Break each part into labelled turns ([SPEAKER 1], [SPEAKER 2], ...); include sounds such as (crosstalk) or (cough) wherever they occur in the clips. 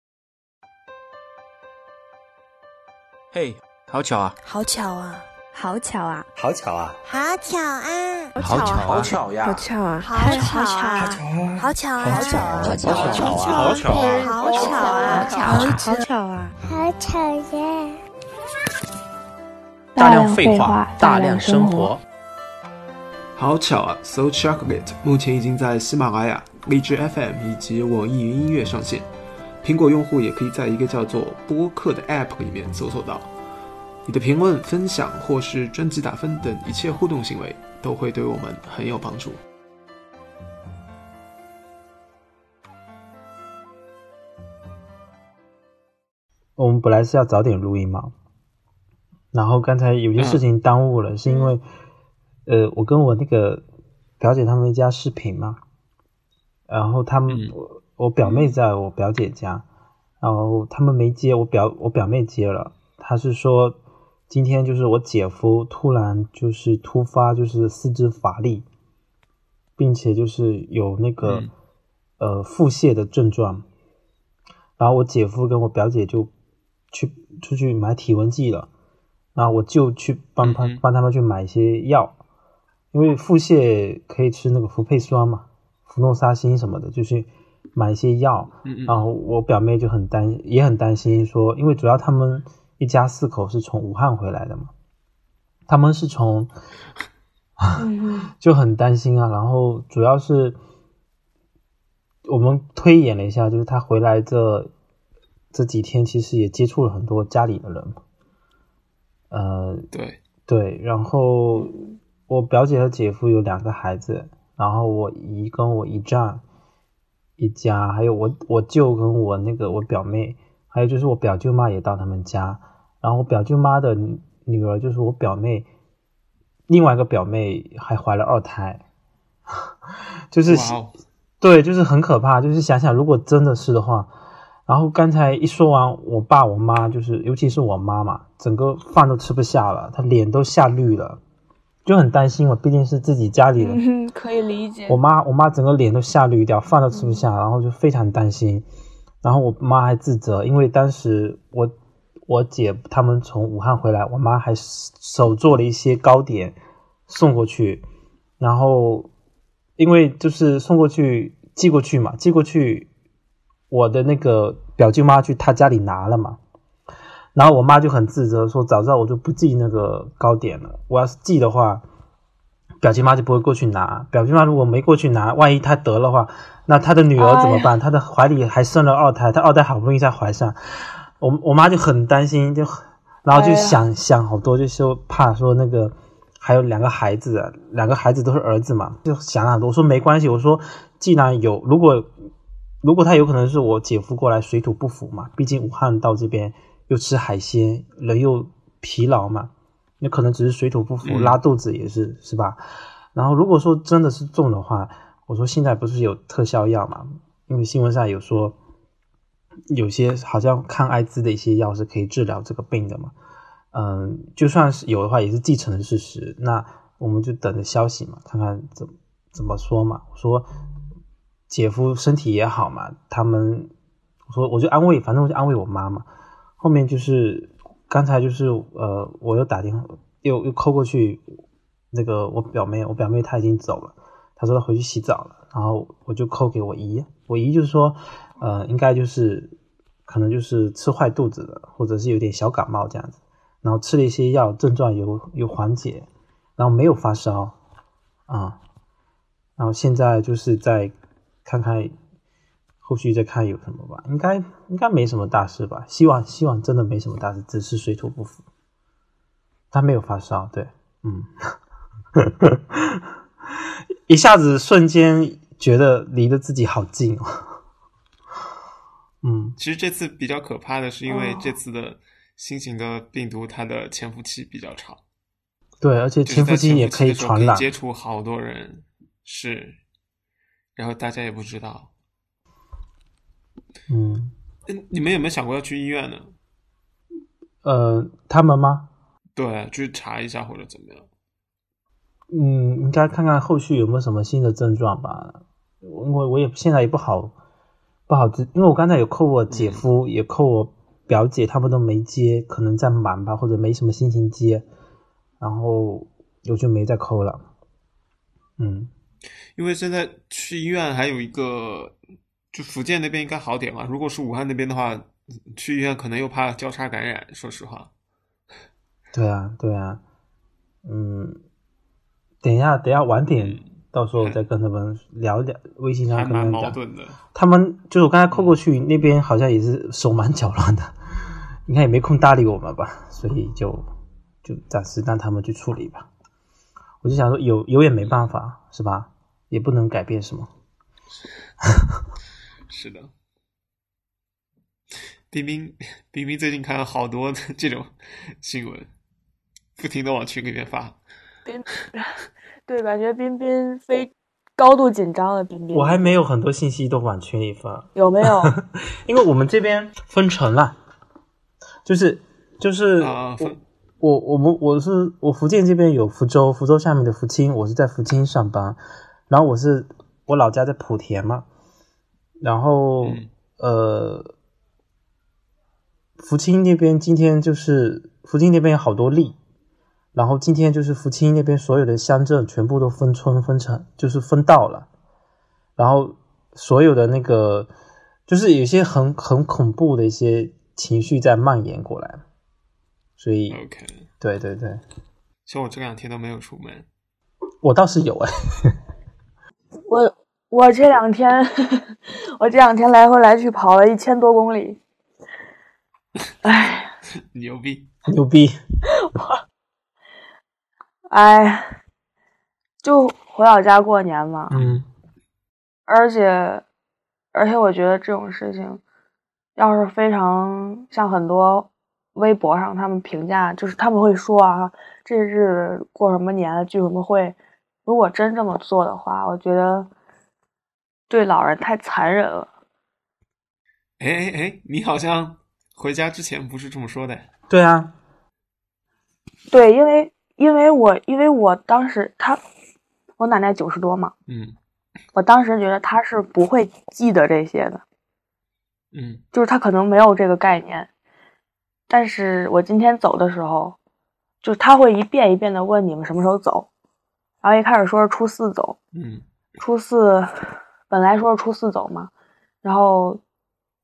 [SPEAKER 1] 哎
[SPEAKER 2] 嘿，好巧啊！
[SPEAKER 3] 好巧啊！
[SPEAKER 4] 好巧啊！
[SPEAKER 1] 好巧啊！
[SPEAKER 5] 好巧啊！
[SPEAKER 2] 好巧啊！
[SPEAKER 6] 好巧呀！
[SPEAKER 4] 好巧啊！
[SPEAKER 3] 好巧
[SPEAKER 1] 好
[SPEAKER 3] 啊！
[SPEAKER 1] 巧啊！
[SPEAKER 5] 好巧
[SPEAKER 1] 好
[SPEAKER 5] 啊！
[SPEAKER 1] 巧啊！
[SPEAKER 3] 好巧啊
[SPEAKER 1] 啊！好巧啊！
[SPEAKER 5] 哎好巧啊！
[SPEAKER 4] 好巧啊！
[SPEAKER 7] 好巧呀！
[SPEAKER 8] 大量废话，大量生活。
[SPEAKER 9] 好巧啊！So Chocolate 目前已经在喜马拉雅、荔枝 FM 以及网易云音乐上线，苹果用户也可以在一个叫做播客的 App 里面搜索到。你的评论、分享或是专辑打分等一切互动行为，都会对我们很有帮助。
[SPEAKER 10] 我们本来是要早点录音嘛，然后刚才有些事情耽误了，是因
[SPEAKER 2] 嗯
[SPEAKER 10] 为呃，我跟我那个表姐他们一家视频嘛，然后他们、
[SPEAKER 2] 嗯
[SPEAKER 10] 我我表妹在我表姐家，然后他们没接，我表我表妹接了，她是说今天就是我姐夫突然就是突发就是四肢乏力，并且就是有那个、
[SPEAKER 2] 嗯
[SPEAKER 10] 呃腹泻的症状，然后我姐夫跟我表姐就去出去买体温计了，然后我就去帮他
[SPEAKER 2] 嗯嗯
[SPEAKER 10] 帮他们去买一些药，因为腹泻可以吃那个氟配酸啊嘛，氟诺沙星什么的，就是买一些药。
[SPEAKER 2] 嗯嗯
[SPEAKER 10] 然后我表妹就很担，也很担心说，因为主要他们一家四口是从武汉回来的嘛，他们是从
[SPEAKER 4] 嗯
[SPEAKER 10] (laughs) 就很担心啊。然后主要是我们推演了一下，就是他回来这这几天，其实也接触了很多家里的人嘛，呃，
[SPEAKER 9] 对，
[SPEAKER 10] 对，然后我表姐和姐夫有两个孩子，然后我姨跟我姨丈一家，还有我我舅跟我那个我表妹，还有就是我表舅妈也到他们家，然后我表舅妈的女女儿就是我表妹，另外一个表妹还怀了二胎， (laughs) 就是
[SPEAKER 2] 哇哦，
[SPEAKER 10] 对，就是很可怕。就是想想，如果真的是的话，然后刚才一说完，我爸我妈就是，尤其是我妈嘛，整个饭都吃不下了，她脸都吓绿了，就很担心嘛，毕竟是自己家里人。
[SPEAKER 4] 嗯，可以理解
[SPEAKER 10] 我。妈我妈整个脸都吓绿掉，饭都吃不下，然后就非常担心。然后我妈还自责，因为当时我我姐他们从武汉回来，我妈还手做了一些糕点送过去，然后因为就是送过去寄过去嘛，寄过去我的那个表舅妈去她家里拿了嘛。然后我妈就很自责，说早知道我就不寄那个糕点了。我要是寄的话，表舅妈就不会过去拿。表舅妈如果没过去拿，万一她得了话，那她的女儿怎么办？她的怀里还生了二胎，她二胎好不容易才怀上，我我妈就很担心，就很然后就想、想好多，就是怕说那个还有两个孩子啊，两个孩子都是儿子嘛，就想很多。我说没关系，我说既然有，如果如果他有可能是我姐夫过来水土不服嘛，毕竟武汉到这边又吃海鲜，人又疲劳嘛，那可能只是水土不服，
[SPEAKER 2] 嗯
[SPEAKER 10] 拉肚子也是是吧？然后如果说真的是重的话，我说现在不是有特效药嘛？因为新闻上有说，有些好像抗艾滋的一些药是可以治疗这个病的嘛。嗯，就算是有的话，也是既成的事实。那我们就等着消息嘛，看看怎么怎么说嘛。我说姐夫身体也好嘛，他们我说我就安慰，反正我就安慰我妈嘛。后面就是刚才就是呃，我又打电话又又扣过去，那个我表妹，我表妹她已经走了，她说她回去洗澡了，然后我就扣给我姨，我姨就说，呃，应该就是可能就是吃坏肚子了，或者是有点小感冒这样子，然后吃了一些药，症状有有缓解，然后没有发烧，啊、然后现在就是在看看后续再看有什么吧，应该应该没什么大事吧，希望希望真的没什么大事，只是水土不服，他没有发烧，对，嗯，一下子瞬间觉得离得自己好近哦， (laughs) 嗯，
[SPEAKER 9] 其实这次比较可怕的是，因为
[SPEAKER 4] 哦
[SPEAKER 9] 这次的新型的病毒，它的潜伏期比较长，
[SPEAKER 10] 对，而且
[SPEAKER 9] 就是
[SPEAKER 10] 潜伏
[SPEAKER 9] 在
[SPEAKER 10] 期也
[SPEAKER 9] 期
[SPEAKER 10] 可以
[SPEAKER 9] 的时候
[SPEAKER 10] 传染，
[SPEAKER 9] 接触好多人，是，然后大家也不知道。
[SPEAKER 10] 嗯，
[SPEAKER 9] 嗯，你们有没有想过要去医院呢？
[SPEAKER 10] 呃，他们吗？
[SPEAKER 9] 对，去查一下或者怎么样？
[SPEAKER 10] 嗯，应该看看后续有没有什么新的症状吧。我因为我也现在也不好不好知，因为我刚才有扣我姐夫，也扣我表姐他们都没接，可能在忙吧，或者没什么心情接，然后我就没再扣了。嗯，
[SPEAKER 9] 因为现在去医院还有一个，就福建那边应该好点嘛。如果是武汉那边的话，去医院可能又怕交叉感染。说实话，
[SPEAKER 10] 对啊，对啊，嗯，等一下，等一下，晚点，到时候再跟他们聊一聊，微信
[SPEAKER 9] 嗯还
[SPEAKER 10] 上跟他们
[SPEAKER 9] 蛮矛
[SPEAKER 10] 聊。
[SPEAKER 9] 盾的。
[SPEAKER 10] 他们就是我刚才扣过去那边，好像也是手忙脚乱的，应该也没空搭理我们吧，所以就就暂时让他们去处理吧。我就想说有有也没办法，是吧？也不能改变什么。
[SPEAKER 9] 是的，冰冰冰冰最近看了好多的这种新闻，不停的往群里面发。
[SPEAKER 2] 冰，对，感觉彬彬非高度紧张了。彬彬，
[SPEAKER 10] 我还没有很多信息都往群里发，
[SPEAKER 2] 有没
[SPEAKER 10] (laughs)
[SPEAKER 2] 有？
[SPEAKER 10] 因为我们这边分成了，就是就是
[SPEAKER 9] 啊分
[SPEAKER 10] 我我们我是我福建这边有福州，福州下面的福清，我是在福清上班，然后我是我老家在莆田嘛，然后、
[SPEAKER 9] 嗯
[SPEAKER 10] 呃，福清那边今天就是福清那边有好多例，然后今天就是福清那边所有的乡镇全部都分村分城，就是分道了。然后所有的那个，就是有些很很恐怖的一些情绪在蔓延过来，所以
[SPEAKER 9] OK，
[SPEAKER 10] 对对对，
[SPEAKER 9] 像我这两天都没有出门，
[SPEAKER 10] 我倒是有哎，
[SPEAKER 2] 我我这两天， (laughs) 我这两天来回来去跑了一千多公里，
[SPEAKER 9] 牛逼！
[SPEAKER 10] (laughs) 牛逼！
[SPEAKER 2] 哎，就回老家过年嘛。
[SPEAKER 10] 嗯，
[SPEAKER 2] 而且，而且我觉得这种事情，要是非常像很多微博上他们评价，就是他们会说啊，这是过什么年聚什么会。如果真这么做的话，我觉得对老人太残忍了。
[SPEAKER 9] 哎哎哎，你好像回家之前不是这么说的？
[SPEAKER 10] 对啊，
[SPEAKER 2] 对，因为因为我因为我当时他，我奶奶九十多嘛，
[SPEAKER 9] 嗯
[SPEAKER 2] 我当时觉得她是不会记得这些的。
[SPEAKER 9] 嗯
[SPEAKER 2] 就是他可能没有这个概念，但是我今天走的时候，就是他会一遍一遍的问你们什么时候走，然后一开始说是初四走，
[SPEAKER 9] 嗯
[SPEAKER 2] 初四本来说是初四走嘛，然后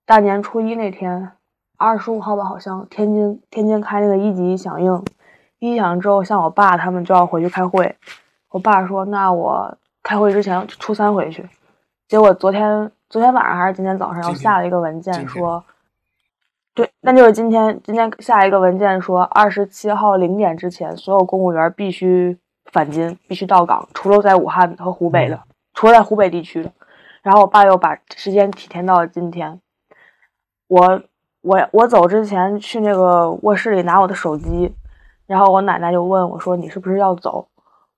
[SPEAKER 2] 大年初一那天，二十五号吧，好像天津天津开那个一级响应，一级响应之后，像我爸他们就要回去开会，我爸说那我开会之前初三回去，结果昨天昨天晚上还是今天早上，
[SPEAKER 9] 今
[SPEAKER 2] 又
[SPEAKER 9] 天
[SPEAKER 2] 下了一个文
[SPEAKER 9] 今
[SPEAKER 2] 件
[SPEAKER 9] 天
[SPEAKER 2] 说。对，那就是今天今天下一个文件说，二十七号零点之前，所有公务员必须返京，必须到岗，除了在武汉和湖北
[SPEAKER 9] 嗯
[SPEAKER 2] 的，除了在湖北地区的。然后我爸又把时间提前到了今天。我我我走之前去那个卧室里拿我的手机，然后我奶奶就问我说：“你是不是要走？”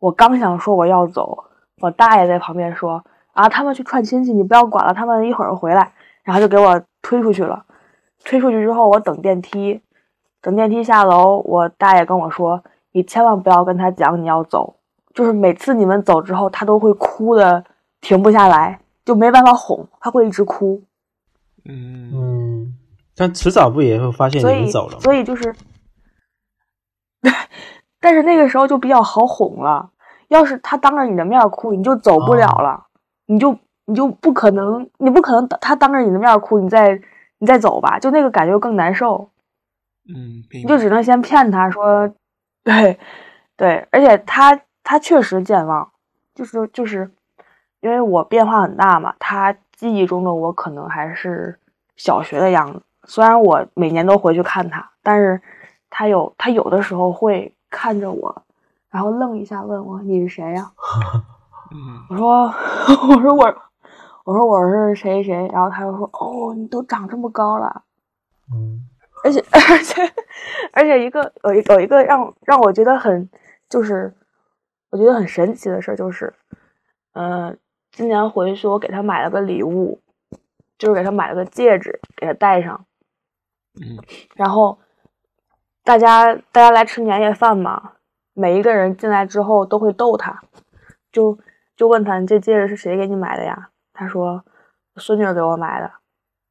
[SPEAKER 2] 我刚想说我要走，我大爷在旁边说：“啊，他们去串亲戚，你不要管了，他们一会儿回来。”然后就给我推出去了。推出去之后，我等电梯，等电梯下楼，我大爷跟我说：“你千万不要跟他讲你要走，就是每次你们走之后，他都会哭的停不下来，就没办法哄，他会一直哭。
[SPEAKER 9] 嗯，
[SPEAKER 10] 嗯，但迟早不也会发现
[SPEAKER 2] 所
[SPEAKER 10] 你
[SPEAKER 2] 以
[SPEAKER 10] 们走了吗？
[SPEAKER 2] 所以就是，但是那个时候就比较好哄了。要是他当着你的面哭，你就走不了了，
[SPEAKER 10] 哦
[SPEAKER 2] 你就你就不可能，你不可能他当着你的面哭，你再你再走吧，就那个感觉更难受。
[SPEAKER 9] 嗯，明
[SPEAKER 2] 你就
[SPEAKER 9] 白
[SPEAKER 2] 只能先骗他
[SPEAKER 9] (laughs)
[SPEAKER 2] 说，对，对，而且他他确实健忘，就是就是，因为我变化很大嘛，他记忆中的我可能还是小学的样子。虽然我每年都回去看他，但是他有他有的时候会看着我，然后愣一下问我你是谁呀、
[SPEAKER 9] 嗯
[SPEAKER 2] 我说 (laughs) 我说我我说我是谁谁谁，然后他就说哦你都长这么高了。
[SPEAKER 10] 嗯，
[SPEAKER 2] 而且 (laughs) 而且而且一个有一有一个让让我觉得很就是我觉得很神奇的事儿就是，呃，今年回去我给他买了个礼物，就是给他买了个戒指，给他戴上。
[SPEAKER 9] 嗯
[SPEAKER 2] 然后大家大家来吃年夜饭嘛，每一个人进来之后都会逗他，就就问他你这戒指是谁给你买的呀？他说孙女儿给我买的。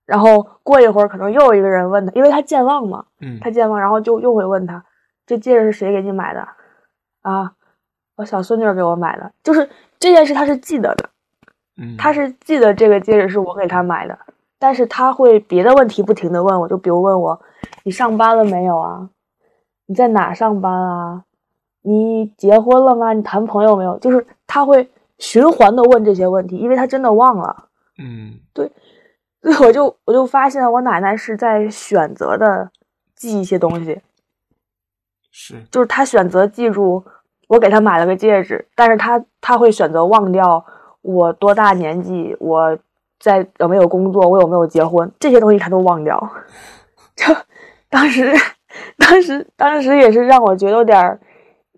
[SPEAKER 2] 然后过一会儿可能又有一个人问他，因为他健忘嘛，
[SPEAKER 9] 嗯
[SPEAKER 2] 他健忘，然后就又会问他，这戒指是谁给你买的？啊，我小孙女儿给我买的，就是这件事他是记得的，
[SPEAKER 9] 嗯，
[SPEAKER 2] 他是记得这个戒指是我给他买的，但是他会别的问题不停的问我，就比如问我，你上班了没有啊？你在哪上班啊？你结婚了吗？你谈朋友没有？就是他会循环的问这些问题，因为他真的忘了。
[SPEAKER 9] 嗯
[SPEAKER 2] 所以我就我就发现我奶奶是在选择的记一些东西，
[SPEAKER 9] 是
[SPEAKER 2] 就是她选择记住我给她买了个戒指，但是她她会选择忘掉我多大年纪，我在有没有工作，我有没有结婚，这些东西她都忘掉。 (laughs) 就当时，当时当时也是让我觉得有点儿，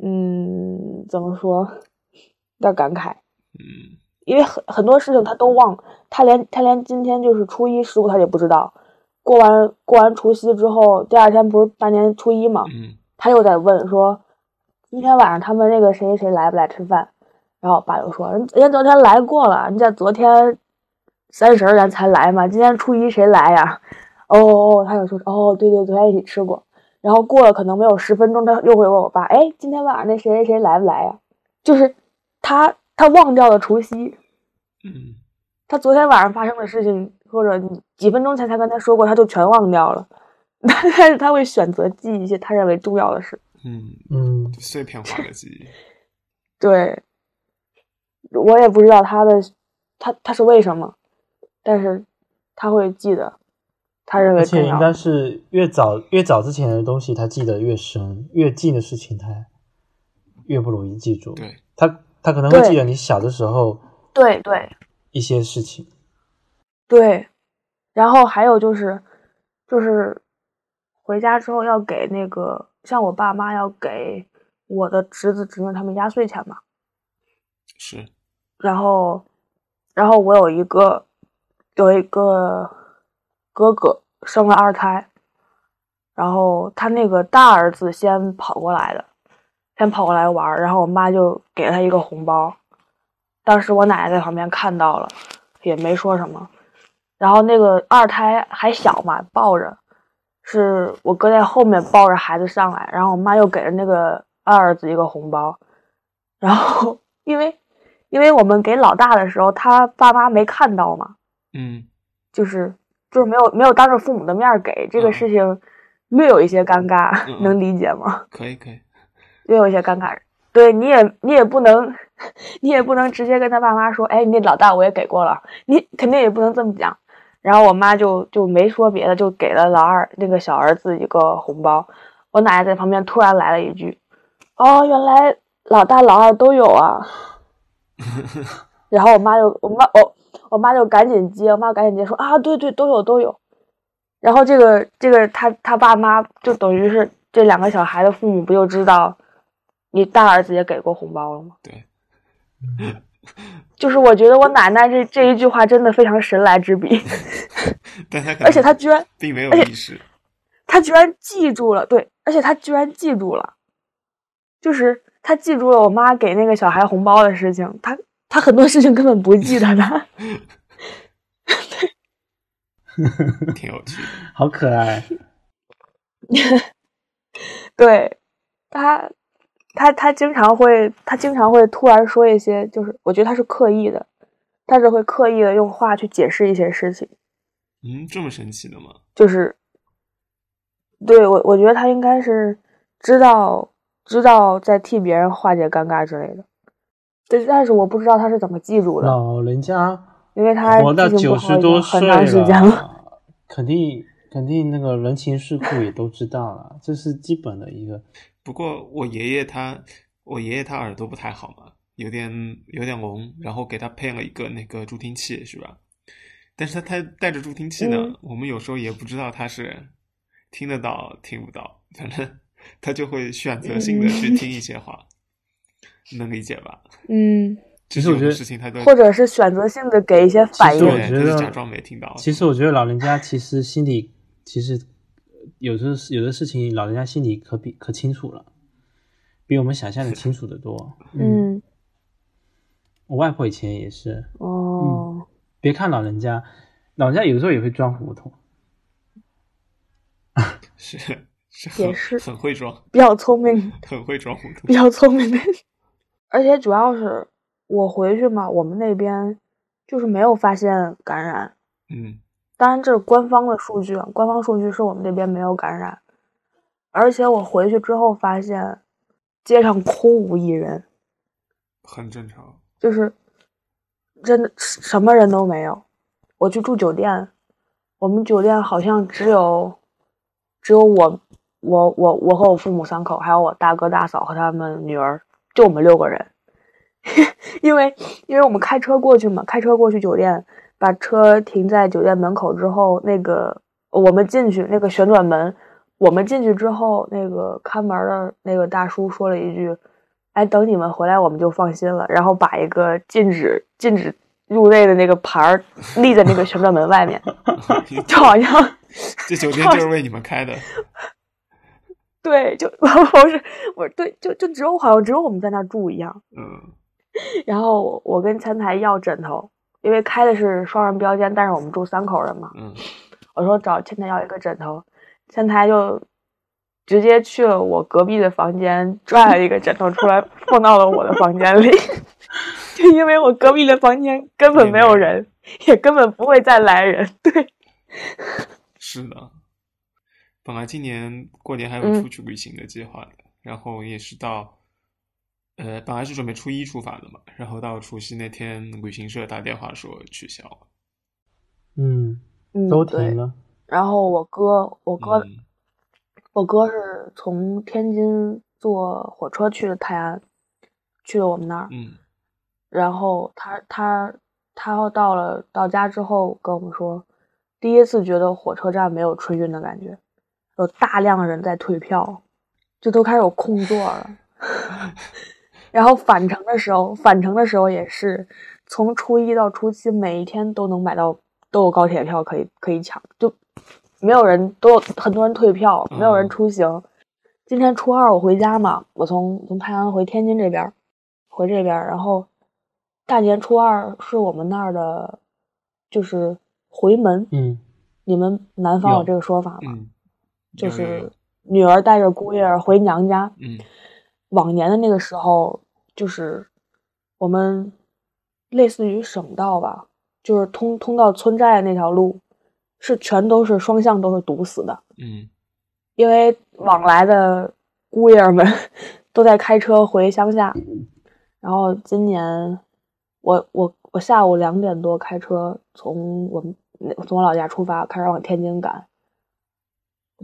[SPEAKER 2] 嗯，怎么说，有点感慨。
[SPEAKER 9] 嗯
[SPEAKER 2] 因为很很多事情他都忘，他连他连今天就是初一十五他也不知道，过完过完除夕之后，第二天不是大年初一嘛，
[SPEAKER 9] 嗯
[SPEAKER 2] 他又在问说，今天晚上他们那个谁谁谁来不来吃饭？然后我爸就说，人人家昨天来过了，人家昨天三十儿咱才来嘛，今天初一谁来呀？ (laughs) 哦哦，哦他就说，哦对对，昨天一起吃过。然后过了可能没有十分钟，他又会问我爸，哎，今天晚上那谁谁谁来不来呀？就是他他忘掉了除夕。
[SPEAKER 9] 嗯
[SPEAKER 2] 他昨天晚上发生的事情，或者你几分钟前才跟他说过，他就全忘掉了。 (laughs) 但是他会选择记一些他认为重要的事。
[SPEAKER 9] 嗯，
[SPEAKER 10] 嗯，
[SPEAKER 9] 碎片化的记忆，
[SPEAKER 2] 对，我也不知道他的他他是为什么，但是他会记得他认为
[SPEAKER 10] 而
[SPEAKER 2] 重
[SPEAKER 10] 且
[SPEAKER 2] 要的。
[SPEAKER 10] 应该是越早越早之前的东西，他记得越深，越近的事情他越不容易记住。
[SPEAKER 9] 对，
[SPEAKER 10] 他他可能会
[SPEAKER 2] 对
[SPEAKER 10] 记得你小的时候
[SPEAKER 2] 对对
[SPEAKER 10] 一些事情。
[SPEAKER 2] 对，然后还有就是就是回家之后要给那个像我爸妈要给我的侄子侄女他们压岁钱嘛。
[SPEAKER 9] 是
[SPEAKER 2] 然后，然后我有一个有一个哥哥生了二胎，然后他那个大儿子先跑过来的，先跑过来玩儿，然后我妈就给了他一个红包，当时我奶奶在旁边看到了，也没说什么。然后那个二胎还小嘛，抱着，是我哥在后面抱着孩子上来，然后我妈又给了那个二儿子一个红包， (laughs) 然后因为因为我们给老大的时候，他爸妈没看到嘛，
[SPEAKER 9] 嗯
[SPEAKER 2] 就是就是没有没有当着父母的面儿给这个
[SPEAKER 9] 嗯
[SPEAKER 2] 事情，略有一些尴尬，
[SPEAKER 9] 嗯嗯
[SPEAKER 2] 能理解吗？
[SPEAKER 9] 可以可以，
[SPEAKER 2] 略有一些尴尬，对你也你也不能， (laughs) 你也不能直接跟他爸妈说，哎，你那老大我也给过了，你肯定也不能这么讲。然后我妈就就没说别的，就给了老二那个小儿子一个红包。我奶奶在旁边突然来了一句：“哦，原来老大老二都有啊。”然后我妈就我妈我我妈就赶紧接，我妈赶紧接说啊，对对都有都有。然后这个这个他他爸妈就等于是这两个小孩的父母不就知道你大儿子也给过红包了吗？
[SPEAKER 9] 对，
[SPEAKER 2] (laughs) 就是我觉得我奶奶这这一句话真的非常神来之笔，
[SPEAKER 9] 但他可能
[SPEAKER 2] 而且他居然
[SPEAKER 9] 并没有
[SPEAKER 2] 而且
[SPEAKER 9] 意识，
[SPEAKER 2] 他居然记住了，对，而且他居然记住了，就是他记住了我妈给那个小孩红包的事情，他他很多事情根本不记得的。
[SPEAKER 9] 挺有趣的，
[SPEAKER 10] 好可爱，
[SPEAKER 2] 对他，他他经常会，他经常会突然说一些，就是我觉得他是刻意的，他是会刻意的用话去解释一些事情，
[SPEAKER 9] 嗯，这么神奇的吗？
[SPEAKER 2] 就是，对我我觉得他应该是知道知道在替别人化解尴尬之类的，对，但是我不知道他是怎么记住的，
[SPEAKER 10] (laughs) 老人家
[SPEAKER 2] 因为他
[SPEAKER 10] 活到
[SPEAKER 2] 记性不
[SPEAKER 10] 哦九
[SPEAKER 2] 好
[SPEAKER 10] 十
[SPEAKER 2] 已
[SPEAKER 10] 多
[SPEAKER 2] 经
[SPEAKER 10] 岁
[SPEAKER 2] 很长时间了，
[SPEAKER 10] 了，肯定肯定那个人情世故也都知道了，这是基本的一个。
[SPEAKER 9] 不过我爷爷他，我爷爷他耳朵不太好嘛，有点有点聋，然后给他配了一个那个助听器，是吧？但是他他带着助听器呢，
[SPEAKER 2] 嗯
[SPEAKER 9] 我们有时候也不知道他是听得到听不到，反正 (laughs) 他就会选择性的去听一些话，能理解吧？
[SPEAKER 2] 嗯，
[SPEAKER 10] 其
[SPEAKER 9] (laughs) 这
[SPEAKER 10] 实
[SPEAKER 9] 种
[SPEAKER 10] 我觉得
[SPEAKER 9] 事情他都
[SPEAKER 2] 或者是选择性的给一些反
[SPEAKER 10] 其实
[SPEAKER 2] 应
[SPEAKER 10] 我，
[SPEAKER 9] 对，
[SPEAKER 10] 觉
[SPEAKER 9] 他
[SPEAKER 10] 得
[SPEAKER 9] 就假装没听到。
[SPEAKER 10] 其实我觉得老人家其实心里其实有时候有的事情，老人家心里可比可清楚了，比我们想
[SPEAKER 9] (laughs)
[SPEAKER 10] 象的清楚的多。，
[SPEAKER 2] 嗯，
[SPEAKER 10] 我外婆以前也是，
[SPEAKER 2] 哦，
[SPEAKER 10] 嗯别看老人家老人家有时候也会装糊涂，
[SPEAKER 9] 是是很
[SPEAKER 2] 也是
[SPEAKER 9] 很会装，
[SPEAKER 2] 比较聪明，
[SPEAKER 9] 很会装糊涂
[SPEAKER 2] 比。较聪明的， (laughs) 而且主要是我回去嘛，我们那边就是没有发现感染，
[SPEAKER 9] 嗯，
[SPEAKER 2] 当然这是官方的数据，啊，官方数据是我们这边没有感染，而且我回去之后发现街上空无一人，
[SPEAKER 9] 很正
[SPEAKER 2] (laughs)
[SPEAKER 9] 常。
[SPEAKER 2] 就是真的什么人都没有。我去住酒店，我们酒店好像只有只有我我我我和我父母三口，还有我大哥大嫂和他们女儿，就我们六个人。 (laughs) 因为因为我们开车过去嘛，开车过去酒店，把车停在酒店门口之后，那个我们进去那个旋转门，我们进去之后，那个看门的那个大叔说了一句：“哎，等你们回来我们就放心了。”然后把一个禁止禁止入内的那个牌儿立在那个旋转门外面，就好像
[SPEAKER 9] (laughs) 这酒店就是为你们
[SPEAKER 2] (laughs)
[SPEAKER 9] 开的，
[SPEAKER 2] 对，就我是我对就就只有好像只有我们在那儿住一样。
[SPEAKER 9] 嗯，
[SPEAKER 2] 然后我我跟前台要枕头，因为开的是双人标间，但是我们住三口人嘛。
[SPEAKER 9] 嗯，
[SPEAKER 2] 我说找前台要一个枕头，前台就直接去了我隔壁的房间，拽了一个枕头出来，放到了我的房间里。 (laughs) 就因为我隔壁的房间根本
[SPEAKER 9] 也
[SPEAKER 2] 没
[SPEAKER 9] 没
[SPEAKER 2] 有
[SPEAKER 9] 人
[SPEAKER 2] 人，也根本不会再来人。对，
[SPEAKER 9] 是的。本来今年过年还有
[SPEAKER 2] 嗯
[SPEAKER 9] 出去旅行的计划的，然后也是到，呃，本来是准备初一出发的嘛，然后到除夕那天，旅行社打电话说取消了。
[SPEAKER 10] 嗯，
[SPEAKER 2] 嗯，
[SPEAKER 10] 都
[SPEAKER 2] 对
[SPEAKER 10] 停了，
[SPEAKER 2] 然后我哥，我哥，
[SPEAKER 9] 嗯
[SPEAKER 2] 我哥是从天津坐火车去的泰安，去了我们那儿。
[SPEAKER 9] 嗯
[SPEAKER 2] 然后他他他要到了到家之后跟我们说，第一次觉得火车站没有春运的感觉，有大量人在退票，就都开始有空座了。然后返程的时候，返程的时候也是从初一到初七，每一天都能买到都有高铁票可以可以抢，就没有人都有很多人退票，没有人
[SPEAKER 9] 嗯
[SPEAKER 2] 出行。今天初二我回家嘛，我从从泰安回天津这边儿，回这边儿，然后大年初二是我们那儿的，就是回门。
[SPEAKER 10] 嗯，
[SPEAKER 2] 你们南方有
[SPEAKER 10] 有
[SPEAKER 2] 这个说法吗？
[SPEAKER 9] 嗯，
[SPEAKER 2] 就
[SPEAKER 9] 有有
[SPEAKER 2] 是
[SPEAKER 9] 有
[SPEAKER 2] 女儿带着姑爷儿回娘家。
[SPEAKER 9] 嗯
[SPEAKER 2] 往年的那个时候，就是我们类似于省道吧，就是通通到村寨的那条路，是全都是双向都是堵死的，
[SPEAKER 9] 嗯
[SPEAKER 2] 因为往来的姑爷儿们 (laughs) 都在开车回乡下。然后今年我我我下午两点多开车从我们从我老家出发，开始往天津赶，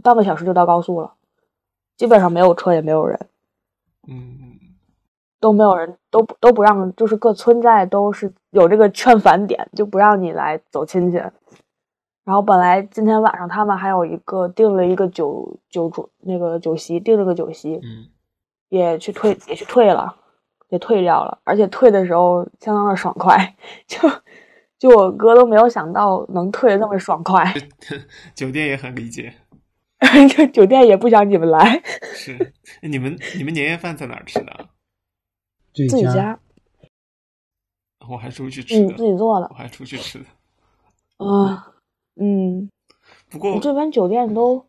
[SPEAKER 2] 半个小时就到高速了，基本上没有车也没有人。
[SPEAKER 9] 嗯，
[SPEAKER 2] 都没有人，都不都不让，就是各村寨都是有这个劝返点，就不让你来走亲戚。然后本来今天晚上他们还有一个订了一个酒酒桌那个酒席，订了个酒席，
[SPEAKER 9] 嗯
[SPEAKER 2] 也去退也去退了，也退掉了，而且退的时候相当的爽快，就就我哥都没有想到能退的那么爽快， (laughs)
[SPEAKER 9] 酒店也很理解。
[SPEAKER 2] 就酒店也不想你们来，
[SPEAKER 9] 是你们你们年夜饭在哪儿吃的啊？
[SPEAKER 10] 自
[SPEAKER 2] 自己家，
[SPEAKER 9] 我还出去吃
[SPEAKER 2] 嗯，
[SPEAKER 9] 的
[SPEAKER 2] 自，己做的
[SPEAKER 9] 我，还出去吃的。
[SPEAKER 2] 啊、嗯，
[SPEAKER 9] 不
[SPEAKER 2] 我
[SPEAKER 9] 过
[SPEAKER 2] 这边酒店都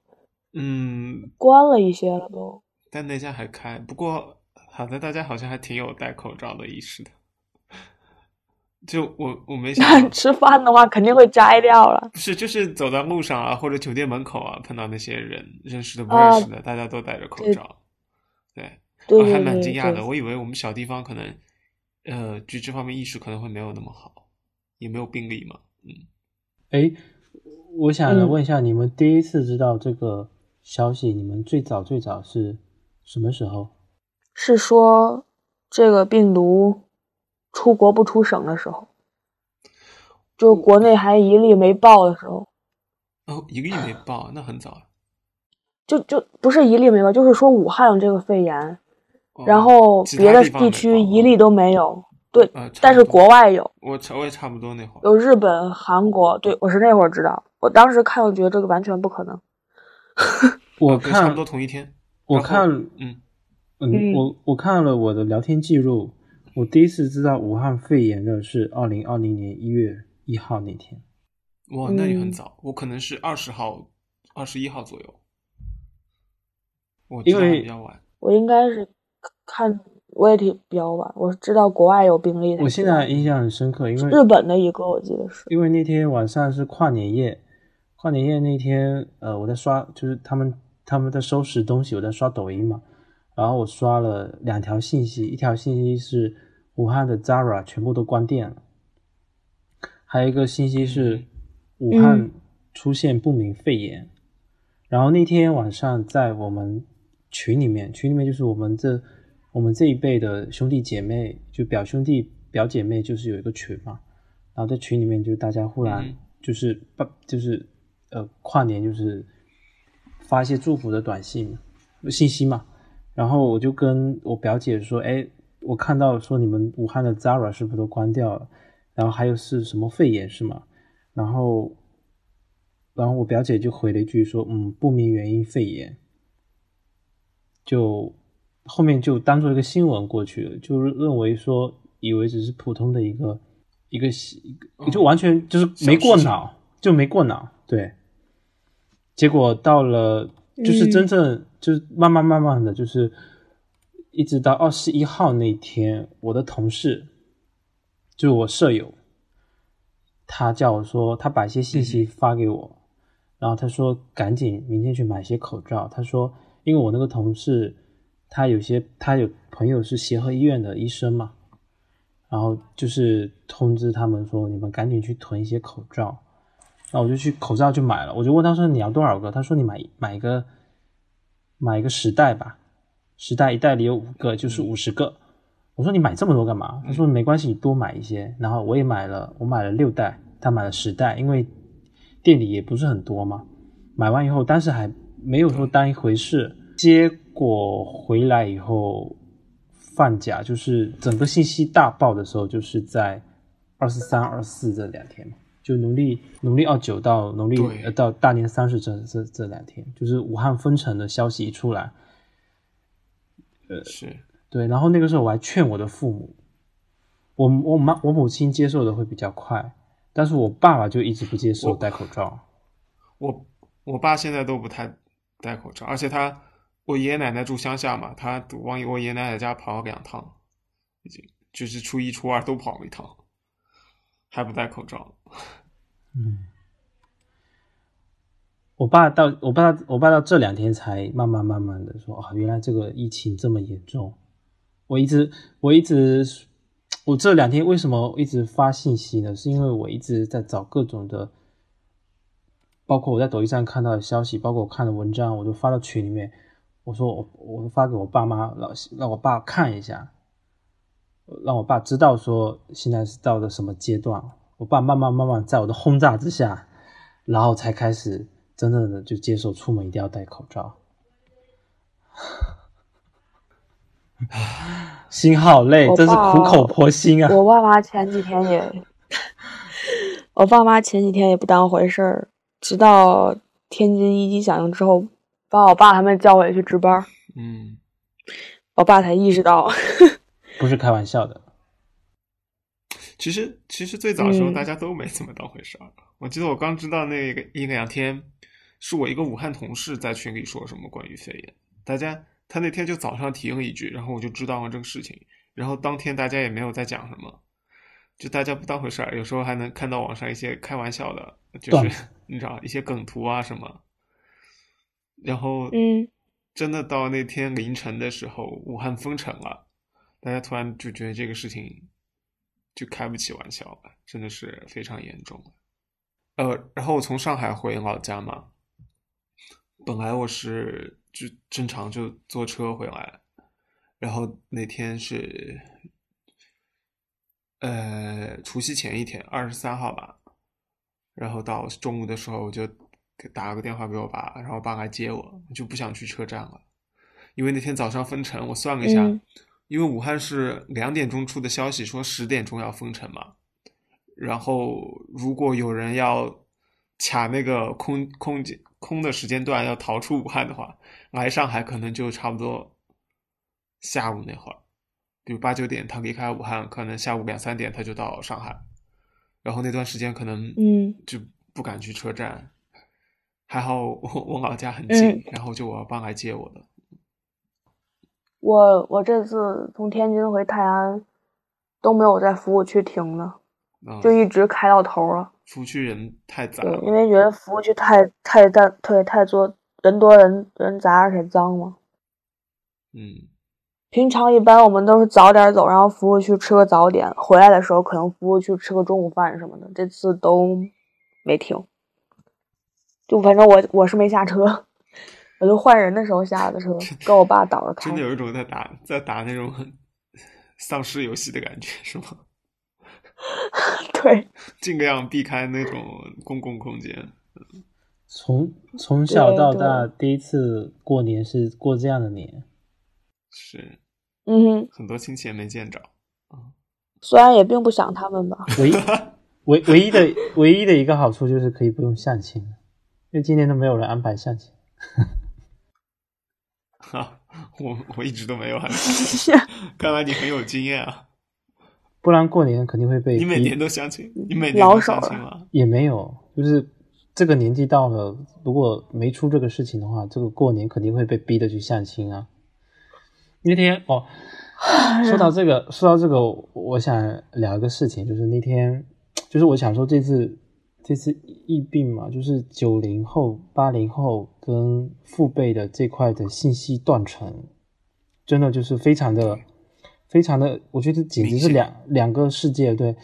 [SPEAKER 9] 嗯，
[SPEAKER 2] 关了一些了都。
[SPEAKER 9] 但那家还开。不过好在大家好像还挺有戴口罩的意识的。就我我没想
[SPEAKER 2] 那 (laughs)
[SPEAKER 9] 到，
[SPEAKER 2] 吃饭的话肯定会摘掉
[SPEAKER 9] (laughs)
[SPEAKER 2] 了。
[SPEAKER 9] 不是就是走到路上啊，或者酒店门口啊，碰到那些人认识的不
[SPEAKER 2] 啊
[SPEAKER 9] 认识的，大家都戴着口
[SPEAKER 2] 对
[SPEAKER 9] 罩。对，
[SPEAKER 2] 对
[SPEAKER 9] 我
[SPEAKER 2] 对
[SPEAKER 9] 还
[SPEAKER 2] 对
[SPEAKER 9] 蛮惊讶
[SPEAKER 2] 对
[SPEAKER 9] 的，我以为我们小地方可能，呃，就这方面意识可能会没有那么好，也没有病例嘛。嗯，
[SPEAKER 10] 哎，我想来
[SPEAKER 2] 嗯
[SPEAKER 10] 问一下，你们第一次知道这个消息，你们最早最早是什么时候？
[SPEAKER 9] 啊
[SPEAKER 2] 是说这个病毒出国不出省的时候，就是国内还一例没报的时候，
[SPEAKER 9] 哦，一个亿没报，那很早啊。
[SPEAKER 2] 就就不是一例没报，就是说武汉有这个肺炎，
[SPEAKER 9] 哦
[SPEAKER 2] 然后
[SPEAKER 9] 其
[SPEAKER 2] 别
[SPEAKER 9] 他
[SPEAKER 2] 的
[SPEAKER 9] 地方没
[SPEAKER 2] 地区
[SPEAKER 9] 报哦
[SPEAKER 2] 一例都没有。对
[SPEAKER 9] 呃，差
[SPEAKER 2] 但
[SPEAKER 9] 不
[SPEAKER 2] 是
[SPEAKER 9] 多
[SPEAKER 2] 国外有，
[SPEAKER 9] 我差我也差不多那会儿，
[SPEAKER 2] 有日本、韩国。对我是那会儿知道，我当时看我觉得这个完全不可能。
[SPEAKER 10] 我
[SPEAKER 9] 啊对差
[SPEAKER 10] 看
[SPEAKER 9] 不多同一天。
[SPEAKER 10] 我
[SPEAKER 9] 然后
[SPEAKER 10] 看，
[SPEAKER 9] 嗯
[SPEAKER 10] 嗯，
[SPEAKER 2] 嗯
[SPEAKER 10] 我我看了我的聊天记录，我第一次知道武汉肺炎的是二零二零年一月一号那天。
[SPEAKER 9] 哇，那
[SPEAKER 10] 嗯
[SPEAKER 9] 你很早，我可能是二十号、二十一号左右，我知道
[SPEAKER 10] 因为
[SPEAKER 9] 比较晚。
[SPEAKER 2] 我应该是看我也挺比较晚，我知道国外有病例的。
[SPEAKER 10] 我现在印象很深刻，因为
[SPEAKER 2] 日本的一个我记得是，
[SPEAKER 10] 因为那天晚上是跨年夜，跨年夜那天，呃，我在刷，就是他们他们在收拾东西，我在刷抖音嘛，然后我刷了两条信息，一条信息是武汉的 Zara 全部都关店了，还有一个信息是武汉出现不明肺炎，然后那天晚上在我们群里面，群里面就是我们这我们这一辈的兄弟姐妹，就表兄弟表姐妹，就是有一个群嘛，然后在群里面就大家忽然
[SPEAKER 9] 嗯
[SPEAKER 10] 就是把、就是呃跨年就是发一些祝福的短信嘛信息嘛，然后我就跟我表姐说，哎，我看到说你们武汉的 Zara 是不是都关掉了？然后还有是什么肺炎是吗？然后，然后我表姐就回了一句说：“嗯，不明原因肺炎。”就后面就当做一个新闻过去了，就认为说以为只是普通的一个一个新一个，
[SPEAKER 9] 嗯
[SPEAKER 10] 就完全就是
[SPEAKER 9] 小
[SPEAKER 10] 没过
[SPEAKER 9] 事情
[SPEAKER 10] 脑，就没过脑，对。结果到了就是真正、就是慢慢慢慢的就是一直到二十一号那天，我的同事就是我舍友，他叫我说他把一些信
[SPEAKER 9] 嗯
[SPEAKER 10] 息发给我，然后他说赶紧明天去买些口罩。他说因为我那个同事他有些他有朋友是协和医院的医生嘛，然后就是通知他们说你们赶紧去囤一些口罩。那我就去口罩去买了，我就问他说你要多少个？他说你买买一个，买一个十袋吧，十袋一袋里有五个，就是五十个。我说你买这么多干嘛？他说没关系，你多买一些。然后我也买了，我买了六袋，他买了十袋，因为店里也不是很多嘛。买完以后，当时还没有说当一回事，结果回来以后放假，就是整个信息大爆的时候，就是在二十三、二十四这两天嘛，就农历农历二九到农历
[SPEAKER 9] 对
[SPEAKER 10] 呃到大年三十这这这两天，就是武汉封城的消息一出来，
[SPEAKER 9] 是，
[SPEAKER 10] 对，然后那个时候我还劝我的父母，我我妈我母亲接受的会比较快，但是我爸爸就一直不接受
[SPEAKER 9] 我
[SPEAKER 10] 戴口罩。
[SPEAKER 9] 我我爸现在都不太戴口罩，而且他我爷爷奶奶住乡下嘛，他往我爷爷奶奶家跑了两趟，已经就是初一初二都跑了一趟，还不戴口罩。
[SPEAKER 10] 嗯我爸到我爸我爸到这两天才慢慢慢慢的说啊，原来这个疫情这么严重。我一直我一直我这两天为什么一直发信息呢？是因为我一直在找各种的，包括我在抖音上看到的消息，包括我看的文章，我都发到群里面。我说我我发给我爸妈，让让我爸看一下，让我爸知道说现在是到了什么阶段。我爸慢慢慢慢在我的轰炸之下，然后才开始真正的就接受出门一定要戴口罩。 (laughs) 心好累，
[SPEAKER 2] 我
[SPEAKER 10] 真是
[SPEAKER 2] 爸
[SPEAKER 10] 苦口婆心啊！
[SPEAKER 2] 我爸妈前几天也，我爸妈前几天也不当回事儿，直到天津一级响应之后，把我爸他们叫回去值班儿，
[SPEAKER 9] 嗯，
[SPEAKER 2] 我爸才意识到，
[SPEAKER 10] 不是开玩笑的。
[SPEAKER 9] 其实其实最早的时候
[SPEAKER 2] 嗯
[SPEAKER 9] 大家都没怎么当回事儿。我记得我刚知道那个一两天，是我一个武汉同事在群里说什么关于肺炎，大家他那天就早上提了一句，然后我就知道了这个事情，然后当天大家也没有再讲什么，就大家不当回事儿。有时候还能看到网上一些开玩笑的，就是
[SPEAKER 10] 段
[SPEAKER 9] (laughs) 你知道一些梗图啊什么，然后
[SPEAKER 2] 嗯，
[SPEAKER 9] 真的到那天凌晨的时候，武汉封城了，大家突然就觉得这个事情就开不起玩笑了，真的是非常严重了。呃，然后我从上海回老家嘛，本来我是就正常就坐车回来，然后那天是呃除夕前一天，二十三号吧，然后到中午的时候，我就给打了个电话给我爸，然后我爸来接我，我就不想去车站了，因为那天早上封城，我算了一下，
[SPEAKER 2] 嗯
[SPEAKER 9] 因为武汉是两点钟出的消息，说十点钟要封城嘛，然后如果有人要卡那个空空间空的时间段要逃出武汉的话，来上海可能就差不多下午那会儿，比如八九点他离开武汉，可能下午两三点他就到上海，然后那段时间可能
[SPEAKER 2] 嗯
[SPEAKER 9] 就不敢去车站，还好我我老家很
[SPEAKER 2] 嗯
[SPEAKER 9] 近，然后就我爸来接我的。
[SPEAKER 2] 我我这次从天津回泰安都没有在服务区停呢，
[SPEAKER 9] 嗯，
[SPEAKER 2] 就一直开到头了。
[SPEAKER 9] 出去人太杂
[SPEAKER 2] 对，
[SPEAKER 9] 了，
[SPEAKER 2] 因为觉得服务区太太淡，对，太多人多人人杂，而且脏嘛。
[SPEAKER 9] 嗯，
[SPEAKER 2] 平常一般我们都是早点走，然后服务区吃个早点，回来的时候可能服务区吃个中午饭什么的。这次都没停，就反正我我是没下车，我就换人的时候下的车，跟我爸倒着开
[SPEAKER 9] 真的。有一种在打在打那种 (laughs) 很丧尸游戏的感觉，是吗？
[SPEAKER 2] (laughs) 对，
[SPEAKER 9] 尽量避开那种公共空间。
[SPEAKER 10] 从从小
[SPEAKER 2] 对
[SPEAKER 10] 到
[SPEAKER 2] 对
[SPEAKER 10] 大，第一次过年是过这样的年，
[SPEAKER 9] 是
[SPEAKER 2] 嗯哼，
[SPEAKER 9] 很多亲戚也没见着，
[SPEAKER 2] 虽然也并不想他们吧， (laughs)
[SPEAKER 10] 唯唯唯一的唯一的一个好处就是可以不用相亲，因为今年都没有人安排相亲。
[SPEAKER 9] 哈，我我一直都没有啊。 (laughs) 看来你很有经验啊，
[SPEAKER 10] 不然过年肯定会被
[SPEAKER 9] 你每
[SPEAKER 10] 逼
[SPEAKER 9] 年都相亲，你每年都
[SPEAKER 2] 老手
[SPEAKER 9] 相
[SPEAKER 2] 了
[SPEAKER 9] 亲吗？
[SPEAKER 10] 也没有，就是这个年纪到了，如果没出这个事情的话，这个过年肯定会被逼的去相亲啊。那天哦，说
[SPEAKER 9] (laughs)
[SPEAKER 10] 到这个，说到这个，我想聊一个事情，就是那天，就是我想说这次这次疫病嘛，就是九零后、八零后跟父辈的这块的信息断层，真的就是非常的、非常的，我觉得简直是
[SPEAKER 9] 明显
[SPEAKER 10] 两两个世界。对，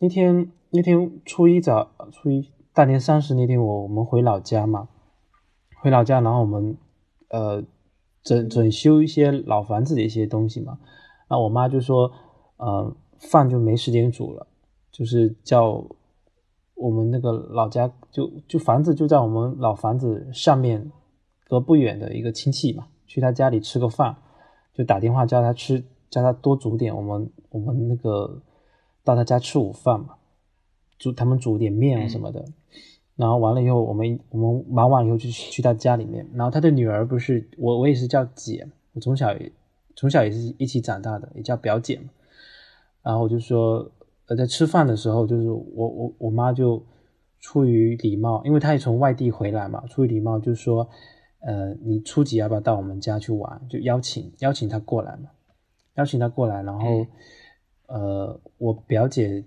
[SPEAKER 10] 那天那天初一早，初一大年三十那天我我们回老家嘛，回老家，然后我们呃整整修一些老房子的一些东西嘛。那我妈就说，呃，饭就没时间煮了，就是叫我们那个老家就就房子就在我们老房子上面隔不远的一个亲戚嘛，去他家里吃个饭，就打电话叫他吃，叫他多煮点我们我们那个到他家吃午饭嘛，煮他们煮点面啊什么的。然后完了以后，我们我们忙完以后就去去他家里面。然后他的女儿不是我，我也是叫姐，我从小也从小也是一起长大的，也叫表姐嘛。然后我就说，呃，在吃饭的时候，就是我我我妈就出于礼貌，因为她也从外地回来嘛，出于礼貌就说，呃，你初几要不要到我们家去玩？就邀请邀请她过来嘛，邀请她过来，然后、呃，我表姐，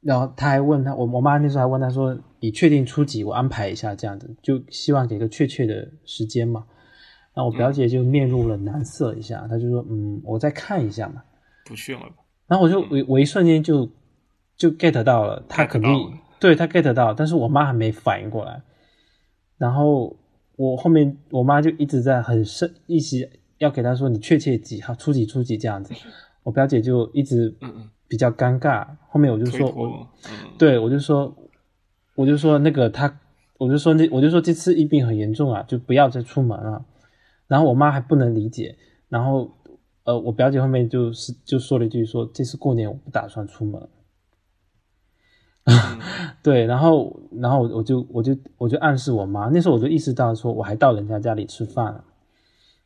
[SPEAKER 10] 然后她还问她，我我妈那时候还问她说，你确定初几？我安排一下这样子，就希望给个确切的时间嘛。那我表姐就面露了难色一下，她就说，嗯，我再看一下嘛。
[SPEAKER 9] 不去了吧？
[SPEAKER 10] 然后我就
[SPEAKER 9] 嗯
[SPEAKER 10] 我我一瞬间就就 get 到了，他
[SPEAKER 9] get
[SPEAKER 10] 肯
[SPEAKER 9] 到了
[SPEAKER 10] 定对他 get 到，但是我妈还没反应过来。然后我后面我妈就一直在很生，一直要给他说你确切几号初几初几这样子。我表姐就一直
[SPEAKER 9] 嗯嗯
[SPEAKER 10] 比较尴尬，后面我就
[SPEAKER 9] 推
[SPEAKER 10] 说我
[SPEAKER 9] 脱，嗯，
[SPEAKER 10] 对我就说我就说那个他，我就说那我就说这次疫病很严重啊，就不要再出门了。然后我妈还不能理解，然后呃，我表姐后面就是就说了一句说这次过年我不打算出门，对，然后然后我我就我就我就暗示我妈，那时候我就意识到说我还到人家家里吃饭了，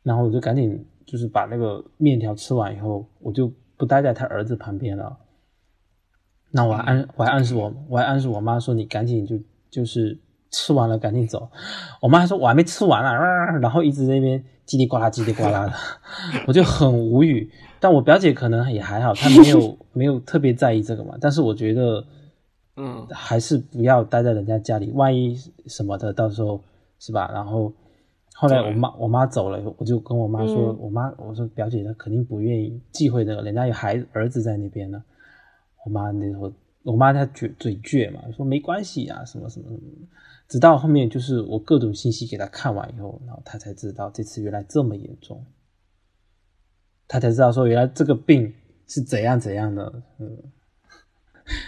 [SPEAKER 10] 然后我就赶紧就是把那个面条吃完以后，我就不待在他儿子旁边了。那我还暗我还暗示我我还暗示我妈说你赶紧就就是吃完了赶紧走，我妈还说我还没吃完啊，然后一直在那边叽里呱啦叽里呱啦的， (laughs) 我就很无语。但我表姐可能也还好，她没有没有特别在意这个嘛，但是我觉得。
[SPEAKER 9] 嗯，
[SPEAKER 10] 还是不要待在人家家里，万一什么的，到时候是吧？然后后来
[SPEAKER 9] 对
[SPEAKER 10] 我妈我妈走了以后，我就跟我妈说，
[SPEAKER 2] 嗯
[SPEAKER 10] 我妈我说表姐她肯定不愿意忌讳那个，人家有孩子儿子在那边呢。我妈那时候，我妈她嘴嘴倔嘛，说没关系啊，什么什么什么。直到后面就是我各种信息给她看完以后，然后她才知道这次原来这么严重，她才知道说原来这个病是怎样怎样的，嗯。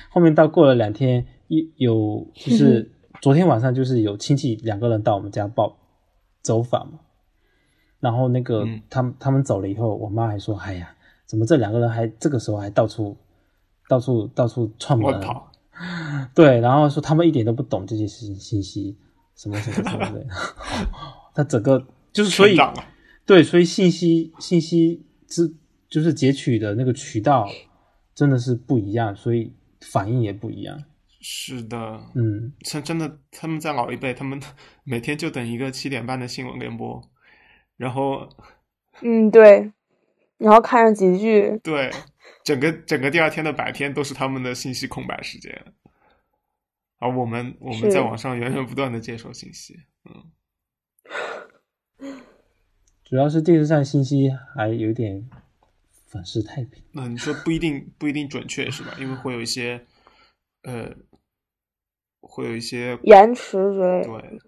[SPEAKER 10] 后面到过了两天，一有就是昨天晚上就是有亲戚两个人到我们家报走访嘛，然后那个
[SPEAKER 9] 嗯
[SPEAKER 10] 他们他们走了以后，我妈还说：“哎呀，怎么这两个人还这个时候还到处到处到处串门啊
[SPEAKER 9] 乱跑，
[SPEAKER 10] 对，然后说他们一点都不懂这些信信息，什么什么什么
[SPEAKER 9] (laughs)
[SPEAKER 10] 的。 (laughs) 他整个就是所以
[SPEAKER 9] 成长了，
[SPEAKER 10] 对，所以信息信息之就是截取的那个渠道真的是不一样，所以反应也不一样。
[SPEAKER 9] 是的，
[SPEAKER 10] 嗯，
[SPEAKER 9] 真真的，他们在老一辈，他们每天就等一个七点半的新闻联播，然后
[SPEAKER 2] 嗯，对，然后看上几句，
[SPEAKER 9] 对整个整个第二天的白天都是他们的信息空白时间，而我们我们
[SPEAKER 2] 是
[SPEAKER 9] 在网上源源不断的接收信息，嗯，
[SPEAKER 10] 主要是电视上信息还有点粉饰太平。
[SPEAKER 9] 那你说不一定不一定准确是吧？因为会有一些呃，会有一些
[SPEAKER 2] 延迟之类的。
[SPEAKER 9] 对，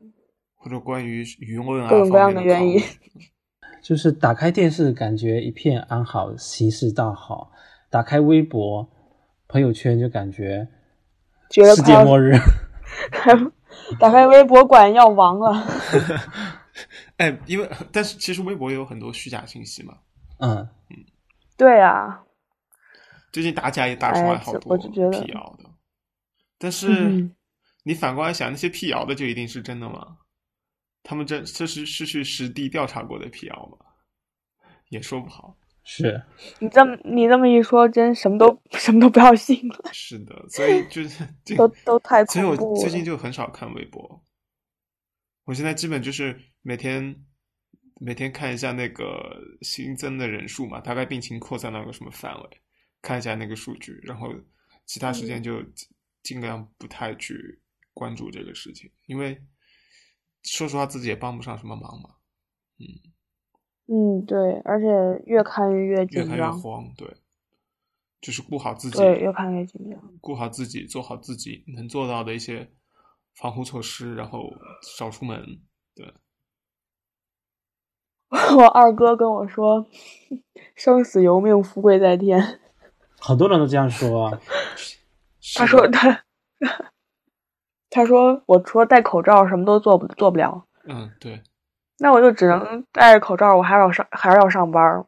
[SPEAKER 9] 或者关于舆论啊
[SPEAKER 2] 各种各
[SPEAKER 9] 方
[SPEAKER 2] 样
[SPEAKER 9] 面
[SPEAKER 2] 的
[SPEAKER 9] 的
[SPEAKER 2] 原因
[SPEAKER 9] 讨论
[SPEAKER 10] 就是打开电视，感觉一片安好，形势大好；打开微博、朋友圈，就感觉
[SPEAKER 2] 觉得
[SPEAKER 10] 世
[SPEAKER 2] 快
[SPEAKER 10] 界
[SPEAKER 2] 要
[SPEAKER 10] 末日。 (laughs)
[SPEAKER 2] 打开微博，果然要亡了。 (laughs)
[SPEAKER 9] 哎，因为但是其实微博也有很多虚假信息嘛。
[SPEAKER 10] 嗯，
[SPEAKER 2] 对啊，
[SPEAKER 9] 最近打假也打出来
[SPEAKER 2] 哎
[SPEAKER 9] 好
[SPEAKER 2] 这
[SPEAKER 9] 多
[SPEAKER 2] 我就觉得
[SPEAKER 9] 辟谣的，但是
[SPEAKER 2] 嗯
[SPEAKER 9] 你反过来想，那些辟谣的就一定是真的吗？他们这这是是去实地调查过的辟谣吗？也说不好。
[SPEAKER 10] 是
[SPEAKER 2] 你这么你这么一说，真什么都什么都不要信了，
[SPEAKER 9] 是的，所以就是 (laughs) 这
[SPEAKER 2] 都都太
[SPEAKER 9] 所以我
[SPEAKER 2] 恐怖了。
[SPEAKER 9] 最近就很少看微博，我现在基本就是每天每天看一下那个新增的人数嘛，大概病情扩散到个什么范围，看一下那个数据，然后其他时
[SPEAKER 2] 嗯
[SPEAKER 9] 间就尽尽量不太去关注这个事情，因为说实话自己也帮不上什么忙嘛，
[SPEAKER 2] 嗯，对，而且越看越
[SPEAKER 9] 越
[SPEAKER 2] 紧
[SPEAKER 9] 看越
[SPEAKER 2] 张，
[SPEAKER 9] 慌，对，就是顾好自己，
[SPEAKER 2] 对，越看越紧张。 (laughs)
[SPEAKER 9] 顾好自己，做好自己能做到的一些防护措施，然后少出门。对，
[SPEAKER 2] 我二哥跟我说， (laughs) 生死由命，富贵在天。 (laughs)
[SPEAKER 10] 很多人都这样说啊。
[SPEAKER 2] 他
[SPEAKER 9] 是
[SPEAKER 2] 说
[SPEAKER 9] 的
[SPEAKER 2] 他， (laughs) 他说我除了戴口罩，什么都做不做不了。
[SPEAKER 9] 嗯，对，
[SPEAKER 2] 那我就只能戴着口罩，我还要上还是要上班儿。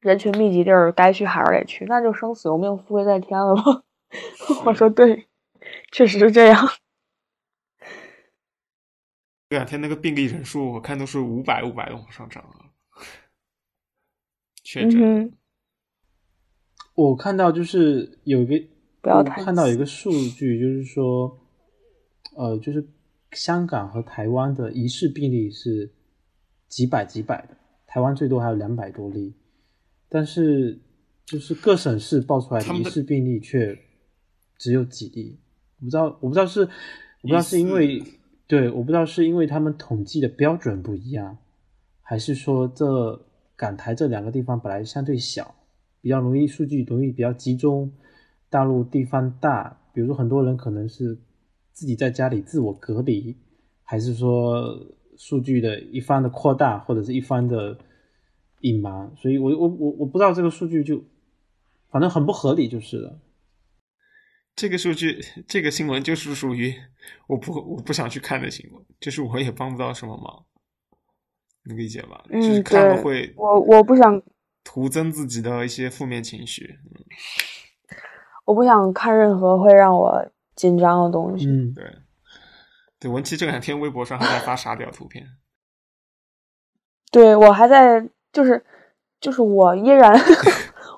[SPEAKER 2] 人群密集地儿该去还是得去，那就生死由命，富贵在天了吧？ (laughs) 我
[SPEAKER 9] 是
[SPEAKER 2] 说对，确实是这样。
[SPEAKER 9] 这两天那个病例人数，我看都是五百五百的往上涨啊，确
[SPEAKER 2] 嗯
[SPEAKER 9] 诊。
[SPEAKER 2] 哼，
[SPEAKER 10] 我看到就是有一个，
[SPEAKER 2] 不要
[SPEAKER 10] 我
[SPEAKER 2] 太
[SPEAKER 10] 看到有一个数据，就是说，呃，就是香港和台湾的疑似病例是几百几百的，台湾最多还有两百多例，但是就是各省市报出来
[SPEAKER 9] 他
[SPEAKER 10] 的
[SPEAKER 9] 们
[SPEAKER 10] 疑
[SPEAKER 9] 的
[SPEAKER 10] 似病例却只有几例，我不知道，我不知道是，我不知道是因
[SPEAKER 9] 疑
[SPEAKER 10] 为
[SPEAKER 9] 似，
[SPEAKER 10] 对，我不知道是因为他们统计的标准不一样，还是说这港台这两个地方本来相对小。比较容易数据容易比较集中，大陆地方大，比如说很多人可能是自己在家里自我隔离，还是说数据的一方的扩大或者是一方的隐瞒，所以我我我我不知道这个数据就反正很不合理就是了。
[SPEAKER 9] 这个数据，这个新闻就是属于我不我不想去看的新闻，就是我也帮不到什么忙，能理解吧？
[SPEAKER 2] 嗯
[SPEAKER 9] 就是看了
[SPEAKER 2] 对
[SPEAKER 9] 会
[SPEAKER 2] 我我不想
[SPEAKER 9] 徒增自己的一些负面情绪。嗯，
[SPEAKER 2] 我不想看任何会让我紧张的东西。
[SPEAKER 10] 嗯，
[SPEAKER 9] 对，对，文琪这两天微博上还在发傻屌图片，
[SPEAKER 2] 对我还在就是就是我依然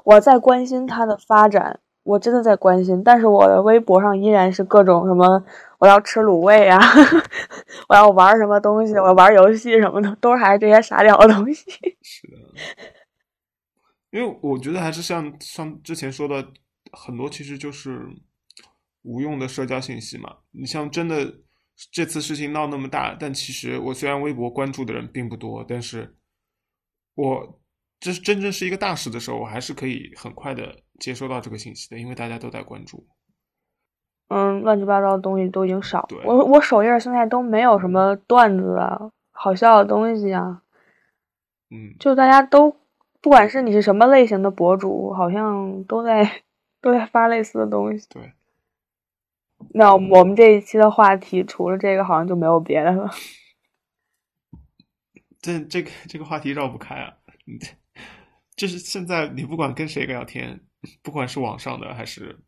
[SPEAKER 2] 我在关心它的发展，我真的在关心，但是我的微博上依然是各种什么我要吃卤味啊， (laughs) 我要玩什么东西，我要玩游戏什么的，都是还是这些傻屌的东西。 (laughs)
[SPEAKER 9] 是的，因为我觉得还是像像之前说的，很多其实就是无用的社交信息嘛。你像真的这次事情闹那么大，但其实我虽然微博关注的人并不多，但是我这真正是一个大事的时候，我还是可以很快的接收到这个信息的，因为大家都在关注。
[SPEAKER 2] 嗯，乱七八糟的东西都已经少
[SPEAKER 9] 对。
[SPEAKER 2] 我我首页现在都没有什么段子啊，好笑的东西啊。
[SPEAKER 9] 嗯，
[SPEAKER 2] 就大家都，不管是你是什么类型的博主，好像都在 (laughs) 都在发类似的东西。
[SPEAKER 9] 对，
[SPEAKER 2] 那我们这一期的话题，除了这个，好像就没有别的了。
[SPEAKER 9] 这这个这个话题绕不开啊。嗯就是现在你不管跟谁聊天，不管是网上的还是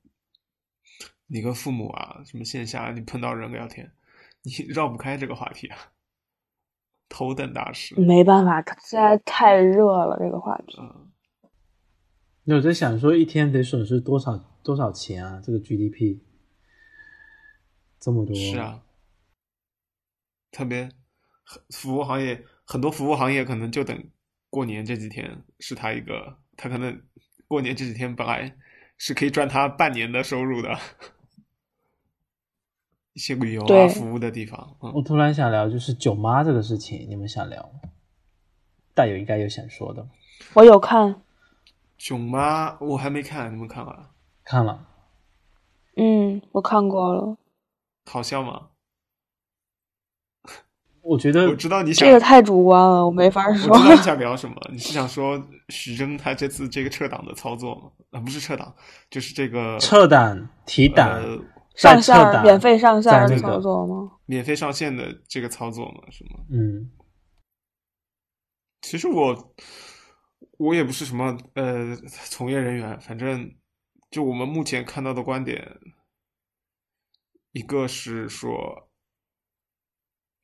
[SPEAKER 9] 你跟父母啊，什么线下你碰到人聊天，你绕不开这个话题啊。头等大事，
[SPEAKER 2] 没办法，它现在太热了，这个话题。
[SPEAKER 9] 嗯，
[SPEAKER 10] 那我在想说一天得损失多少多少钱啊？这个 GDP 这么多，
[SPEAKER 9] 是啊，特别服务行业很多服务行业可能就等过年这几天是他一个，他可能过年这几天本来是可以赚他半年的收入的，一些旅游啊
[SPEAKER 2] 对
[SPEAKER 9] 服务的地方，嗯
[SPEAKER 10] 我突然想聊就是酒妈这个事情，你们想聊吗？大友应该有想说的，
[SPEAKER 2] 我有看，
[SPEAKER 9] 囧妈我还没看，你们看了？
[SPEAKER 10] 看了
[SPEAKER 2] 嗯，我看过了，
[SPEAKER 9] 好笑吗？
[SPEAKER 10] 我觉得
[SPEAKER 9] 我知道你
[SPEAKER 2] 嗯
[SPEAKER 9] 想，
[SPEAKER 2] 这个太主观了，我没法
[SPEAKER 9] 我知
[SPEAKER 2] 说。
[SPEAKER 9] 道
[SPEAKER 2] (laughs)
[SPEAKER 9] 你想聊什么。你是想说徐峥他这次这个撤档的操作吗？啊、不是撤档，就是这个
[SPEAKER 10] 撤档、提档、
[SPEAKER 9] 呃
[SPEAKER 2] 上
[SPEAKER 10] 再撤
[SPEAKER 2] 线儿
[SPEAKER 10] 档、
[SPEAKER 2] 免费上线儿
[SPEAKER 10] 在
[SPEAKER 2] 的
[SPEAKER 10] 那个
[SPEAKER 2] 操作吗？
[SPEAKER 9] 免费上线的这个操作嘛，是吗？
[SPEAKER 10] 嗯，
[SPEAKER 9] 其实我我也不是什么呃从业人员，反正就我们目前看到的观点，一个是说，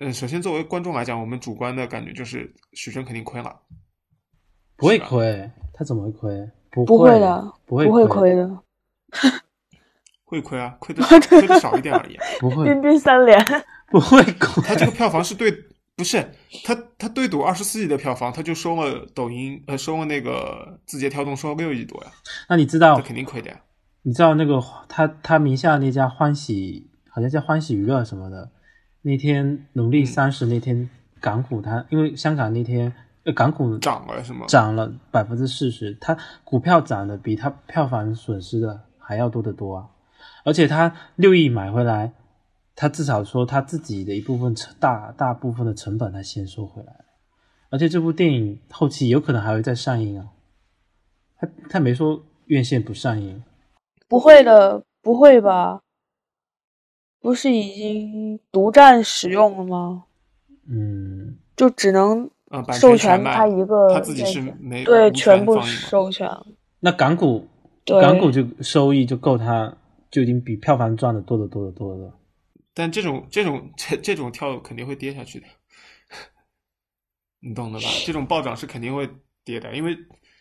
[SPEAKER 9] 嗯，首先作为观众来讲，我们主观的感觉就是徐峥肯定亏了，
[SPEAKER 10] 不会
[SPEAKER 9] 是吧啊
[SPEAKER 10] 亏，他怎么会亏？不
[SPEAKER 2] 不
[SPEAKER 10] 会
[SPEAKER 2] 会的，
[SPEAKER 10] 不
[SPEAKER 2] 不会
[SPEAKER 10] 亏
[SPEAKER 2] 亏，的，
[SPEAKER 9] 会亏啊，亏的亏的少一点而已啊。
[SPEAKER 10] 不
[SPEAKER 2] (laughs)
[SPEAKER 10] 会
[SPEAKER 2] 彬彬三连。
[SPEAKER 10] 不会亏。
[SPEAKER 9] 他这个票房是对，不是他他对赌二十四亿的票房，他就收了抖音呃收了那个字节跳动收了六亿多呀，
[SPEAKER 10] (laughs) 那你知
[SPEAKER 9] 他
[SPEAKER 10] 道
[SPEAKER 9] 肯定亏的呀。
[SPEAKER 10] 你知道那个他他名下那家欢喜，好像叫欢喜娱乐什么的，那天农历
[SPEAKER 9] 嗯
[SPEAKER 10] 三十那天，港股它因为香港那天呃港股
[SPEAKER 9] 涨了是吗？
[SPEAKER 10] 涨了百分之四十，它股票涨的比它票房损失的还要多得多啊！而且它六亿买回来，它至少说它自己的一部分成大大部分的成本它先收回来了，而且这部电影后期有可能还会再上映啊，它它没说院线不上映，
[SPEAKER 2] 不会的，不会吧？不是已经独占使用了吗？
[SPEAKER 10] 嗯，
[SPEAKER 2] 就只能
[SPEAKER 9] 啊，版
[SPEAKER 2] 授
[SPEAKER 9] 权
[SPEAKER 2] 权
[SPEAKER 9] 卖
[SPEAKER 2] 他一个
[SPEAKER 9] 他自己是
[SPEAKER 2] 院线
[SPEAKER 9] 没
[SPEAKER 2] 对
[SPEAKER 9] 无
[SPEAKER 2] 全部
[SPEAKER 9] 放映嘛
[SPEAKER 2] 授权。
[SPEAKER 10] 那港股
[SPEAKER 2] 对
[SPEAKER 10] 港股就收益就够它就已经比票房赚的多得多得多了。
[SPEAKER 9] 但这种这种这这种跳肯定会跌下去的，你懂的吧？这种暴涨是肯定会跌的，因为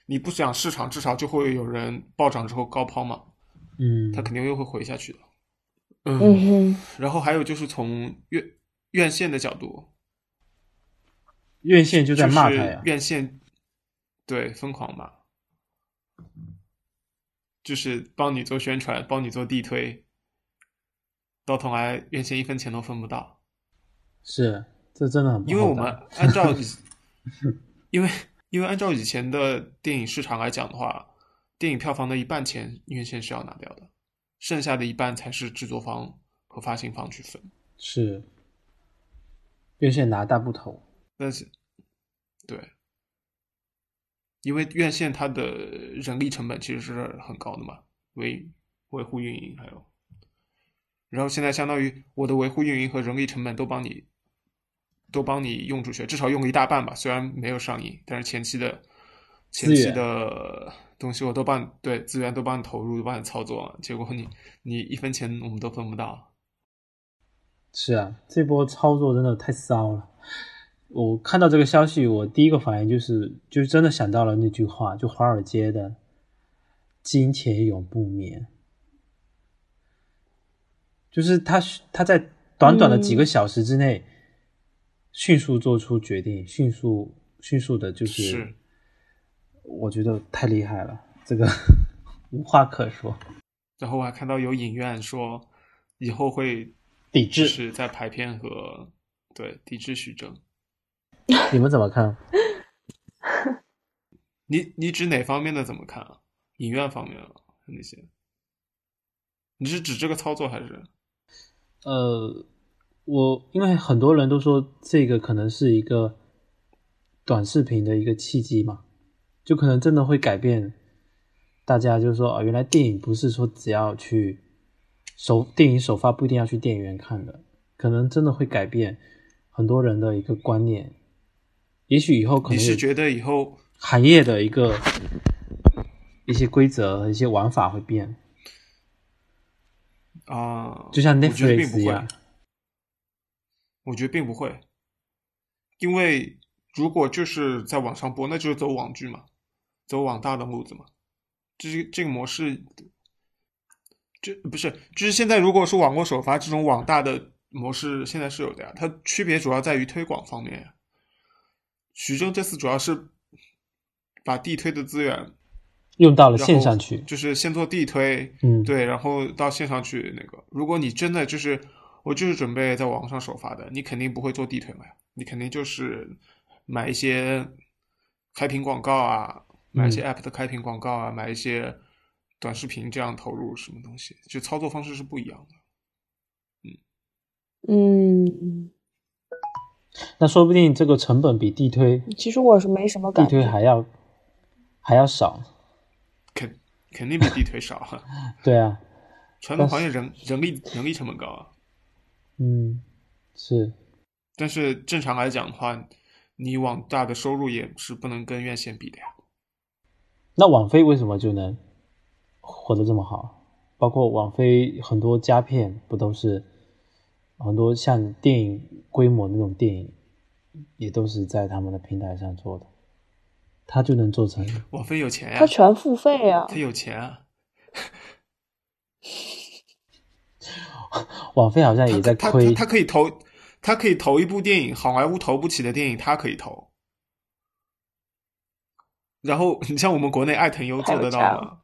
[SPEAKER 9] 你不想市场至少就会有人暴涨之后高抛嘛，
[SPEAKER 10] 嗯，
[SPEAKER 9] 它肯定又会回下去的。
[SPEAKER 2] 嗯哼，
[SPEAKER 9] 然后还有就是从院院线的角度，
[SPEAKER 10] 院线就在
[SPEAKER 9] 就
[SPEAKER 10] 骂它
[SPEAKER 9] 是
[SPEAKER 10] 呀，
[SPEAKER 9] 院线对疯狂骂，就是帮你做宣传，帮你做地推，到头来院线一分钱都分不到。
[SPEAKER 10] 是，这真的很不
[SPEAKER 9] 因为
[SPEAKER 10] 厚
[SPEAKER 9] 我
[SPEAKER 10] 道
[SPEAKER 9] 们
[SPEAKER 10] (laughs)
[SPEAKER 9] 按照以，因为因为按照以前的电影市场来讲的话，电影票房的一半钱院线是要拿掉的，剩下的一半才是制作方和发行方去分。
[SPEAKER 10] 是院线拿大部头，
[SPEAKER 9] 但是，对，因为院线它的人力成本其实是很高的嘛，维维护运营还有，然后现在相当于我的维护运营和人力成本都帮你，都帮你用出去，至少用了一大半吧。虽然没有上映，但是前期的前
[SPEAKER 10] 资
[SPEAKER 9] 期
[SPEAKER 10] 源
[SPEAKER 9] 的东西我都帮你对资源都帮你投入，都帮你操作了，结果你你一分钱我们都分不到。
[SPEAKER 10] 是啊，这波操作真的太骚了。我看到这个消息，我第一个反应就是，就是真的想到了那句话，就华尔街的“金钱永不眠”，就是他他在短短的几个小时之内，迅速做出决定，迅速迅速的，就是
[SPEAKER 9] 是
[SPEAKER 10] 我觉得太厉害了，这个 (laughs) 无话可说，
[SPEAKER 9] 然后我还看到有影院说以后会
[SPEAKER 10] 抵
[SPEAKER 9] 就
[SPEAKER 10] 制。
[SPEAKER 9] 是在排片和对抵制徐峥。
[SPEAKER 10] 你们怎么看？
[SPEAKER 9] 你你指哪方面的？怎么看啊？影院方面啊，那些？你是指这个操作还是？
[SPEAKER 10] 呃，我因为很多人都说这个可能是一个短视频的一个契机嘛，就可能真的会改变大家，就是说啊，原来电影不是说只要去首电影首发不一定要去电影院看的，可能真的会改变很多人的一个观念，也许以后可
[SPEAKER 9] 你
[SPEAKER 10] 能
[SPEAKER 9] 是
[SPEAKER 10] 有
[SPEAKER 9] 觉得以后
[SPEAKER 10] 行业的一个一些规则和一些玩法会变，
[SPEAKER 9] 啊、
[SPEAKER 10] 就像
[SPEAKER 9] 我觉得并
[SPEAKER 10] Netflix
[SPEAKER 9] 不
[SPEAKER 10] 一
[SPEAKER 9] 会
[SPEAKER 10] 样，，
[SPEAKER 9] 我觉得并不会，因为如果就是在网上播，那就是走网剧嘛，走网大的路子嘛，这是这个模式，这不是，就是现在如果是网络首发这种网大的模式，现在是有的呀。它区别主要在于推广方面呀。徐峥这次主要是把地推的资源
[SPEAKER 10] 用到了
[SPEAKER 9] 然后
[SPEAKER 10] 线上去，
[SPEAKER 9] 就是先做地推，
[SPEAKER 10] 嗯，，
[SPEAKER 9] 对，然后到线上去那个。如果你真的就是我就是准备在网上首发的，你肯定不会做地推嘛，你肯定就是买一些开屏广告啊，买一些
[SPEAKER 10] 嗯
[SPEAKER 9] app 的开屏广告啊，买一些短视频这样投入什么东西，就操作方式是不一样的。
[SPEAKER 2] 嗯，
[SPEAKER 10] 那说不定这个成本比地推
[SPEAKER 2] 其实我是没什么
[SPEAKER 10] 地
[SPEAKER 2] 感
[SPEAKER 10] 推
[SPEAKER 2] 觉。
[SPEAKER 10] 还要还要少，
[SPEAKER 9] 肯肯定比地推少啊，
[SPEAKER 10] 对啊，
[SPEAKER 9] (laughs) 传统行业人人力人力成本高啊，
[SPEAKER 10] 嗯，是，
[SPEAKER 9] 但是正常来讲的话，你网大的收入也是不能跟院线比的呀。
[SPEAKER 10] 那网飞为什么就能火得这么好？包括网飞很多佳片不都是很多像电影规模那种电影，也都是在他们的平台上做的，他就能做成。
[SPEAKER 9] 网飞有钱呀、
[SPEAKER 2] 他全付费呀、
[SPEAKER 9] 他有钱啊。
[SPEAKER 10] 网飞好像也在
[SPEAKER 9] 他他
[SPEAKER 10] 亏，
[SPEAKER 9] 他可以投，他可以投一部电影，好莱坞投不起的电影，他可以投。然后 (laughs) 你像我们国内爱腾优做得到
[SPEAKER 2] 太有钱
[SPEAKER 9] 吗？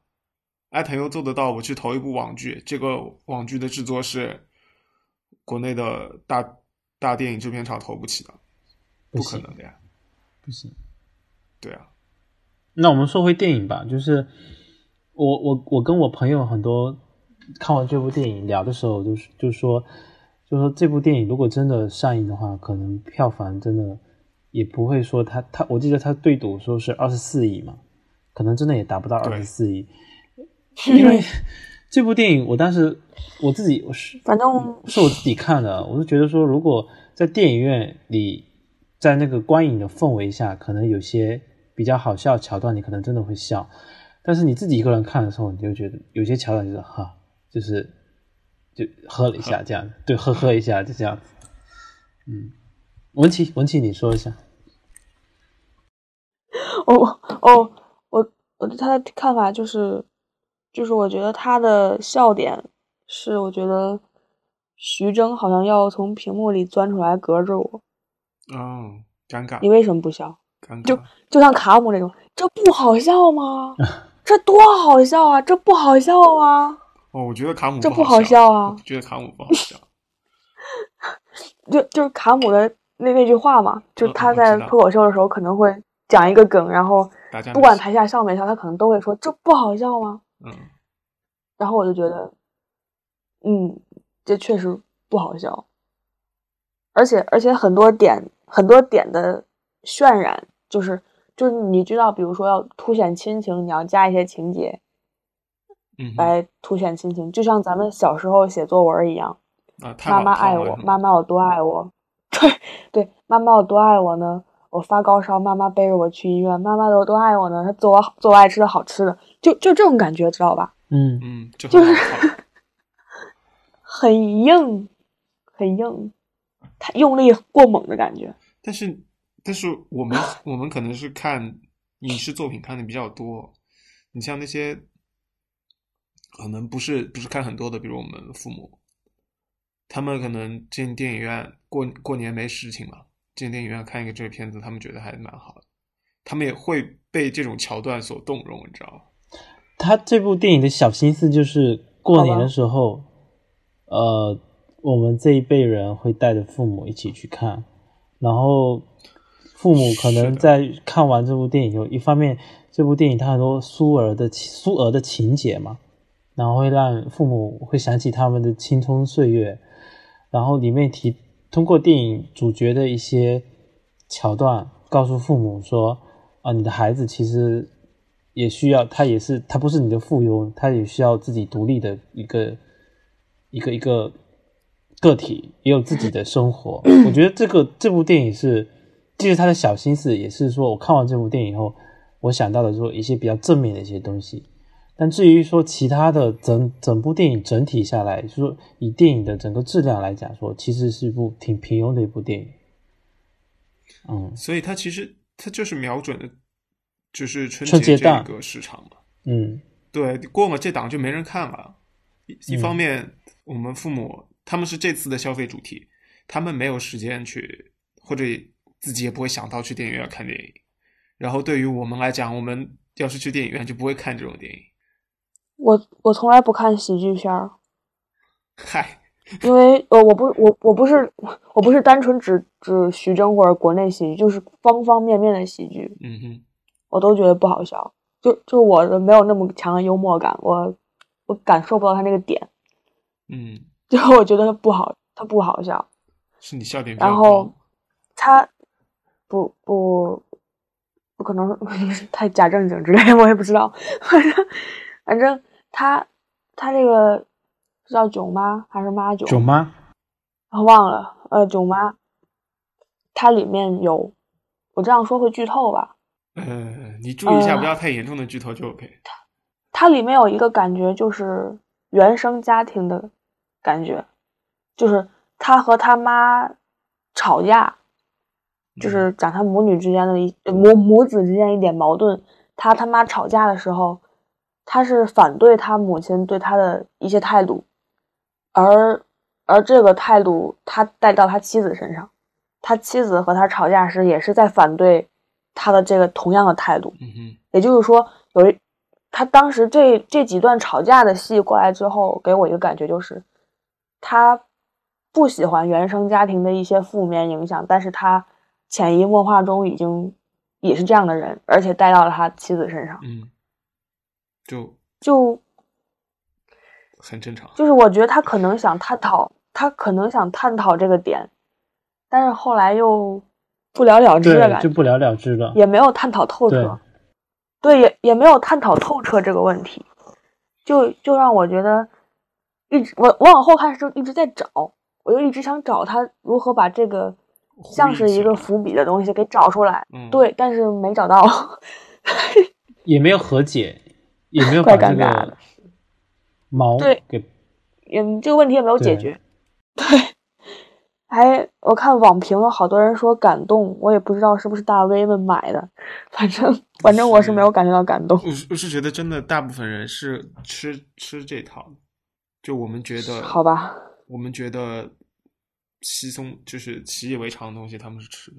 [SPEAKER 9] 爱腾优做得到，我去投一部网剧，这个网剧的制作是国内的大大电影制片厂投不起的，
[SPEAKER 10] 不
[SPEAKER 9] 不可
[SPEAKER 10] 行
[SPEAKER 9] 能的呀。
[SPEAKER 10] 不行。
[SPEAKER 9] 对啊，
[SPEAKER 10] 那我们说回电影吧，就是我我我跟我朋友很多看完这部电影聊的时候，就是就说就说这部电影如果真的上映的话，可能票房真的也不会说他他，我记得他对赌说是二十四亿嘛，可能真的也达不到
[SPEAKER 9] 对
[SPEAKER 10] 二十四亿，因为这部电影我当时我自己我是
[SPEAKER 2] 反正
[SPEAKER 10] 是我自己看的，我就觉得说，如果在电影院里，在那个观影的氛围下，可能有些比较好笑的桥段，你可能真的会笑。但是你自己一个人看的时候，你就觉得有些桥段就是哈，就是就喝了一下这样，对，呵呵一下就这样。嗯，文琪，文琪，你说一下。
[SPEAKER 2] 哦哦，我我对他的看法就是，就是我觉得他的笑点是，我觉得徐峥好像要从屏幕里钻出来隔着我，
[SPEAKER 9] 哦，尴尬
[SPEAKER 2] 你，为什么不笑？
[SPEAKER 9] 尴
[SPEAKER 2] 就
[SPEAKER 9] 尬。
[SPEAKER 2] 就像卡姆那种，这不好笑
[SPEAKER 9] (laughs)
[SPEAKER 2] 吗？这多好笑啊！这不好笑啊！
[SPEAKER 9] 哦，我觉得卡姆
[SPEAKER 2] 这
[SPEAKER 9] 不
[SPEAKER 2] 不
[SPEAKER 9] 好
[SPEAKER 2] 好
[SPEAKER 9] 笑
[SPEAKER 2] 笑啊
[SPEAKER 9] 我觉得卡姆不好
[SPEAKER 2] (laughs)
[SPEAKER 9] 笑。
[SPEAKER 2] 就就是卡姆的那那句话嘛，就
[SPEAKER 9] 嗯嗯
[SPEAKER 2] 他
[SPEAKER 9] 我
[SPEAKER 2] 在
[SPEAKER 9] 知道
[SPEAKER 2] 脱口秀的时候可能会讲一个梗，然后
[SPEAKER 9] 大家
[SPEAKER 2] 不
[SPEAKER 9] 没
[SPEAKER 2] 管
[SPEAKER 9] 事
[SPEAKER 2] 台下笑没笑，他可能都会说这不好笑吗？
[SPEAKER 9] 嗯，
[SPEAKER 2] 然后我就觉得，嗯，这确实不好笑，而且而且很多点很多点的渲染，就是就是你知道，比如说要凸显亲情，你要加一些情节
[SPEAKER 9] 嗯哼，
[SPEAKER 2] 来凸显亲情，就像咱们小时候写作文一样，
[SPEAKER 9] 啊，太
[SPEAKER 2] 妈妈
[SPEAKER 9] 好了
[SPEAKER 2] 爱我，妈妈有多爱我， (laughs) 对对，妈妈有多爱我呢？我发高烧，妈妈背着我去医院，妈妈有多爱我呢？她做我好做我爱吃的好吃的，就就这种感觉，知道吧？
[SPEAKER 10] 嗯，
[SPEAKER 9] 嗯，这很好笑。
[SPEAKER 2] 很硬，很硬，他用力过猛的感觉。
[SPEAKER 9] 但是，但是我们我们可能是看影视作品看的比较多，你像那些可能不是不是看很多的，比如我们父母，他们可能进电影院过过年没事情嘛，进电影院看一个这个片子，他们觉得还蛮好的，他们也会被这种桥段所动容，你知道吗？
[SPEAKER 10] 他这部电影的小心思就是过年
[SPEAKER 2] 好吧
[SPEAKER 10] 的时候，呃，我们这一辈人会带着父母一起去看，然后父母可
[SPEAKER 9] 是
[SPEAKER 10] 能
[SPEAKER 9] 的
[SPEAKER 10] 在看完这部电影以后，一方面这部电影它很多苏俄的苏俄的情节嘛，然后会让父母会想起他们的青葱岁月，然后里面提通过电影主角的一些桥段，告诉父母说啊，你的孩子其实也需要，他也是他不是你的附庸，他也需要自己独立的一个一个一个个体，也有自己的生活。我觉得这个这部电影是，既是他的小心思，也是说我看完这部电影以后，我想到的说一些比较正面的一些东西。但至于说其他的整整部电影整体下来，就是说以电影的整个质量来讲说，其实是一部挺平庸的一部电影。嗯
[SPEAKER 9] 所以它其实它就是瞄准的，就是春
[SPEAKER 10] 春
[SPEAKER 9] 节
[SPEAKER 10] 节
[SPEAKER 9] 这
[SPEAKER 10] 档
[SPEAKER 9] 个市场嘛。
[SPEAKER 10] 嗯，
[SPEAKER 9] 对，过了这档就没人看了，一一方面，我们父母他们是这次的消费主题，他们没有时间去，或者自己也不会想到去电影院看电影。然后对于我们来讲，我们要是去电影院就不会看这种电影。
[SPEAKER 2] 我我从来不看喜剧片儿，
[SPEAKER 9] 嗨，
[SPEAKER 2] 因为呃，我不我我不是我不是单纯指指徐峥或者国内喜剧，就是方方面面的喜剧，
[SPEAKER 9] 嗯哼，
[SPEAKER 2] 我都觉得不好笑。就就我的没有那么强的幽默感，我我感受不到他那个点，
[SPEAKER 9] 嗯，
[SPEAKER 2] 就我觉得他不好，他不好笑。
[SPEAKER 9] 是你笑点比较
[SPEAKER 2] 然后
[SPEAKER 9] 高，
[SPEAKER 2] 他不不不可能太假正经之类的，我也不知道。反正反正他他这个是叫囧妈还是妈囧？
[SPEAKER 10] 囧妈，
[SPEAKER 2] 我忘了。呃，囧妈，它里面有我这样说会剧透吧？
[SPEAKER 9] 呃，你注意一下，
[SPEAKER 2] 呃
[SPEAKER 9] 不要太严重的剧透就 OK。
[SPEAKER 2] 它里面有一个感觉就是原生家庭的感觉，就是他和他妈吵架，就是讲他母女之间的一呃母母子之间一点矛盾。他他妈吵架的时候，他是反对他母亲对他的一些态度，而而这个态度他带到他妻子身上，他妻子和他吵架时也是在反对他的这个同样的态度。
[SPEAKER 9] 嗯哼，
[SPEAKER 2] 也就是说，有一他当时这这几段吵架的戏过来之后，给我一个感觉就是，他不喜欢原生家庭的一些负面影响，但是他潜移默化中已经也是这样的人，而且带到了他妻子身上，
[SPEAKER 9] 嗯，就
[SPEAKER 2] 就
[SPEAKER 9] 很正常。
[SPEAKER 2] 就是我觉得他可能想探讨，他可能想探讨这个点，但是后来又不了了之的
[SPEAKER 10] 对，
[SPEAKER 2] 感
[SPEAKER 10] 就
[SPEAKER 2] 觉，
[SPEAKER 10] 不了了之了。
[SPEAKER 2] 也没有探讨透彻。对，也也没有探讨透彻这个问题，就就让我觉得一直我我往后看的时候一直在找，我就一直想找他如何把这个
[SPEAKER 9] 呼
[SPEAKER 2] 像
[SPEAKER 9] 应
[SPEAKER 2] 是一
[SPEAKER 9] 起
[SPEAKER 2] 个
[SPEAKER 9] 来
[SPEAKER 2] 伏笔的东西给找出来，
[SPEAKER 9] 嗯，
[SPEAKER 2] 对，但是没找到，
[SPEAKER 10] 也没有和解，也没有把
[SPEAKER 2] 怪
[SPEAKER 10] 这
[SPEAKER 2] 尴尬
[SPEAKER 10] 个
[SPEAKER 2] 的
[SPEAKER 10] 毛
[SPEAKER 2] 对
[SPEAKER 10] 给
[SPEAKER 2] 嗯，这个问题也没有解
[SPEAKER 10] 对
[SPEAKER 2] 决，对，还我看网评有好多人说感动，我也不知道是不是大 V 们买的，反正反正我是没有感觉到感动，
[SPEAKER 9] 我是我是觉得真的，大部分人是吃吃这套的，就我们觉得
[SPEAKER 2] 好，吧，
[SPEAKER 9] 我们觉得稀松就是习以为常的东西，他们是吃的。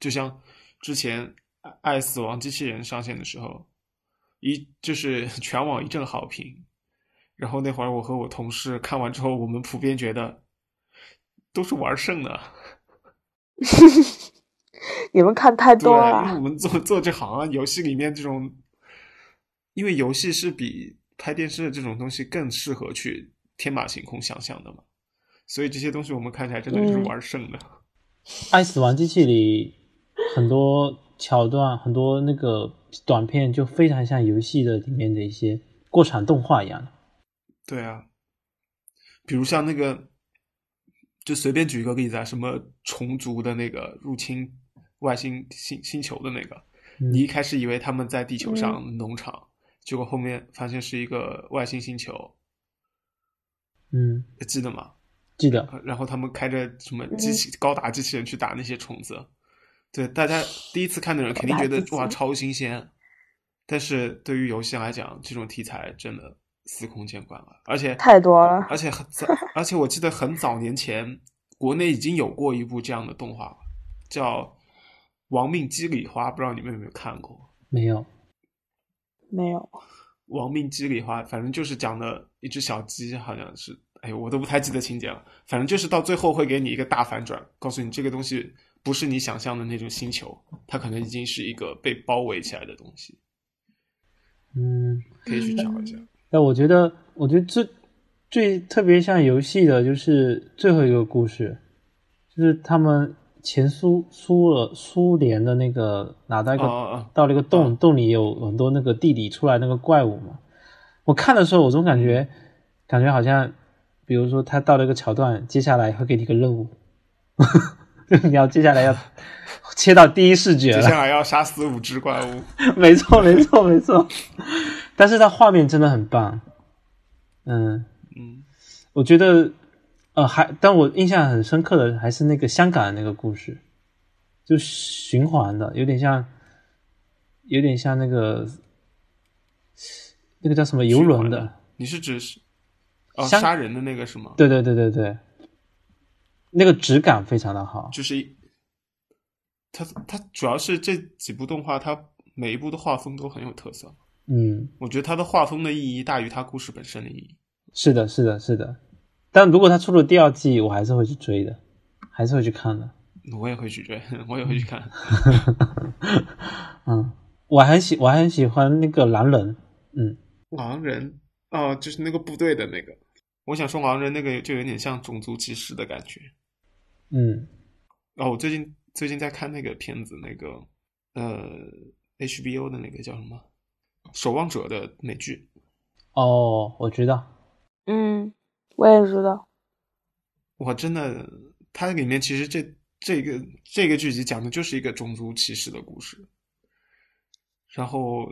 [SPEAKER 9] 就像之前《爱死亡机器人》上线的时候，一就是 (laughs) 全网一阵好评，然后那会儿我和我同事看完之后，我们普遍觉得都是玩剩的。
[SPEAKER 2] 你们看太
[SPEAKER 9] 对，啊
[SPEAKER 2] 多
[SPEAKER 9] 因为我
[SPEAKER 2] 了，
[SPEAKER 9] 们做做这行啊，游戏里面这种，因为游戏是比拍电视的这种东西更适合去天马行空想象的嘛，所以这些东西我们看起来真的就是
[SPEAKER 2] 嗯
[SPEAKER 9] 玩剩的。
[SPEAKER 10] 爱死亡机器里很多桥段，很多那个短片就非常像游戏的里面的一些过场动画一样。
[SPEAKER 9] 对啊，比如像那个，就随便举一个例子啊，什么虫族的那个入侵外星星星球的那个，
[SPEAKER 10] 嗯
[SPEAKER 9] 你一开始以为他们在地球
[SPEAKER 2] 嗯
[SPEAKER 9] 上农场，结果后面发现是一个外星星球，
[SPEAKER 10] 嗯，
[SPEAKER 9] 记得吗？
[SPEAKER 10] 记得
[SPEAKER 9] 然后他们开着什么
[SPEAKER 2] 嗯
[SPEAKER 9] 机器、高达机器人去打那些虫子，对大家第一次看的人肯定觉
[SPEAKER 2] 高达
[SPEAKER 9] 得
[SPEAKER 2] 机器
[SPEAKER 9] 哇
[SPEAKER 2] 人
[SPEAKER 9] 超新鲜，但是对于游戏来讲，这种题材真的司空见惯了，而且
[SPEAKER 2] 太多了，
[SPEAKER 9] 而且很
[SPEAKER 2] (laughs)
[SPEAKER 9] 早，而且我记得很早年前国内已经有过一部这样的动画了，叫《亡命鸡里花》，不知道你们有没有看过？
[SPEAKER 10] 没有？
[SPEAKER 2] 没有，
[SPEAKER 9] 亡命鸡里花，反正就是讲的一只小鸡，好像是，哎呦，我都不太记得情节了。反正就是到最后会给你一个大反转，告诉你这个东西不是你想象的那种星球，它可能已经是一个被包围起来的东西，
[SPEAKER 10] 嗯，
[SPEAKER 9] 可以去找一下。
[SPEAKER 10] 但我觉得，我觉得最最特别像游戏的就是最后一个故事，就是他们前苏苏了苏联的那个拿到一个、
[SPEAKER 9] 哦哦哦
[SPEAKER 10] 到了一个洞、
[SPEAKER 9] 嗯
[SPEAKER 10] 洞里有很多那个地底出来那个怪物嘛。我看的时候，我总感觉
[SPEAKER 9] 嗯
[SPEAKER 10] 感觉好像，比如说他到了一个桥段，接下来会给你个任务， (laughs) 就你要接下来要切到第一视觉
[SPEAKER 9] 接
[SPEAKER 10] 了。
[SPEAKER 9] 下来要杀死五只怪物，
[SPEAKER 10] (laughs) 没错，没错，没错。但是它画面真的很棒，嗯， (laughs)
[SPEAKER 9] 嗯，
[SPEAKER 10] 我觉得，呃，还，但我印象很深刻的还是那个香港的那个故事，就循环的，有点像，有点像那个，那个叫什么游轮
[SPEAKER 9] 循环
[SPEAKER 10] 的，
[SPEAKER 9] 你是指是哦，
[SPEAKER 10] 香
[SPEAKER 9] 杀人的那个是吗？
[SPEAKER 10] 对对对对对，那个质感非常的好。
[SPEAKER 9] 就是它它主要是这几部动画，它每一部的画风都很有特色。
[SPEAKER 10] 嗯，
[SPEAKER 9] 我觉得它的画风的意义大于它故事本身的意义。
[SPEAKER 10] 是的，是的，是的。但如果它出了第二季，我还是会去追的，还是会去看的。
[SPEAKER 9] 我也会去追， (laughs) 我也会去看。
[SPEAKER 10] (laughs) 嗯，我很喜，我很喜欢那个狼人。嗯，
[SPEAKER 9] 狼人哦，就是那个部队的那个。我想说狼人那个就有点像种族歧视的感觉。
[SPEAKER 10] 嗯，
[SPEAKER 9] 哦，我最近最近在看那个片子，那个呃 HBO 的那个叫什么《守望者》的美剧，
[SPEAKER 10] 哦，我知道。
[SPEAKER 2] 嗯，我也知
[SPEAKER 10] (laughs)
[SPEAKER 2] 道。
[SPEAKER 9] 我真的，它里面其实这这个这个剧集讲的就是一个种族歧视的故事。然后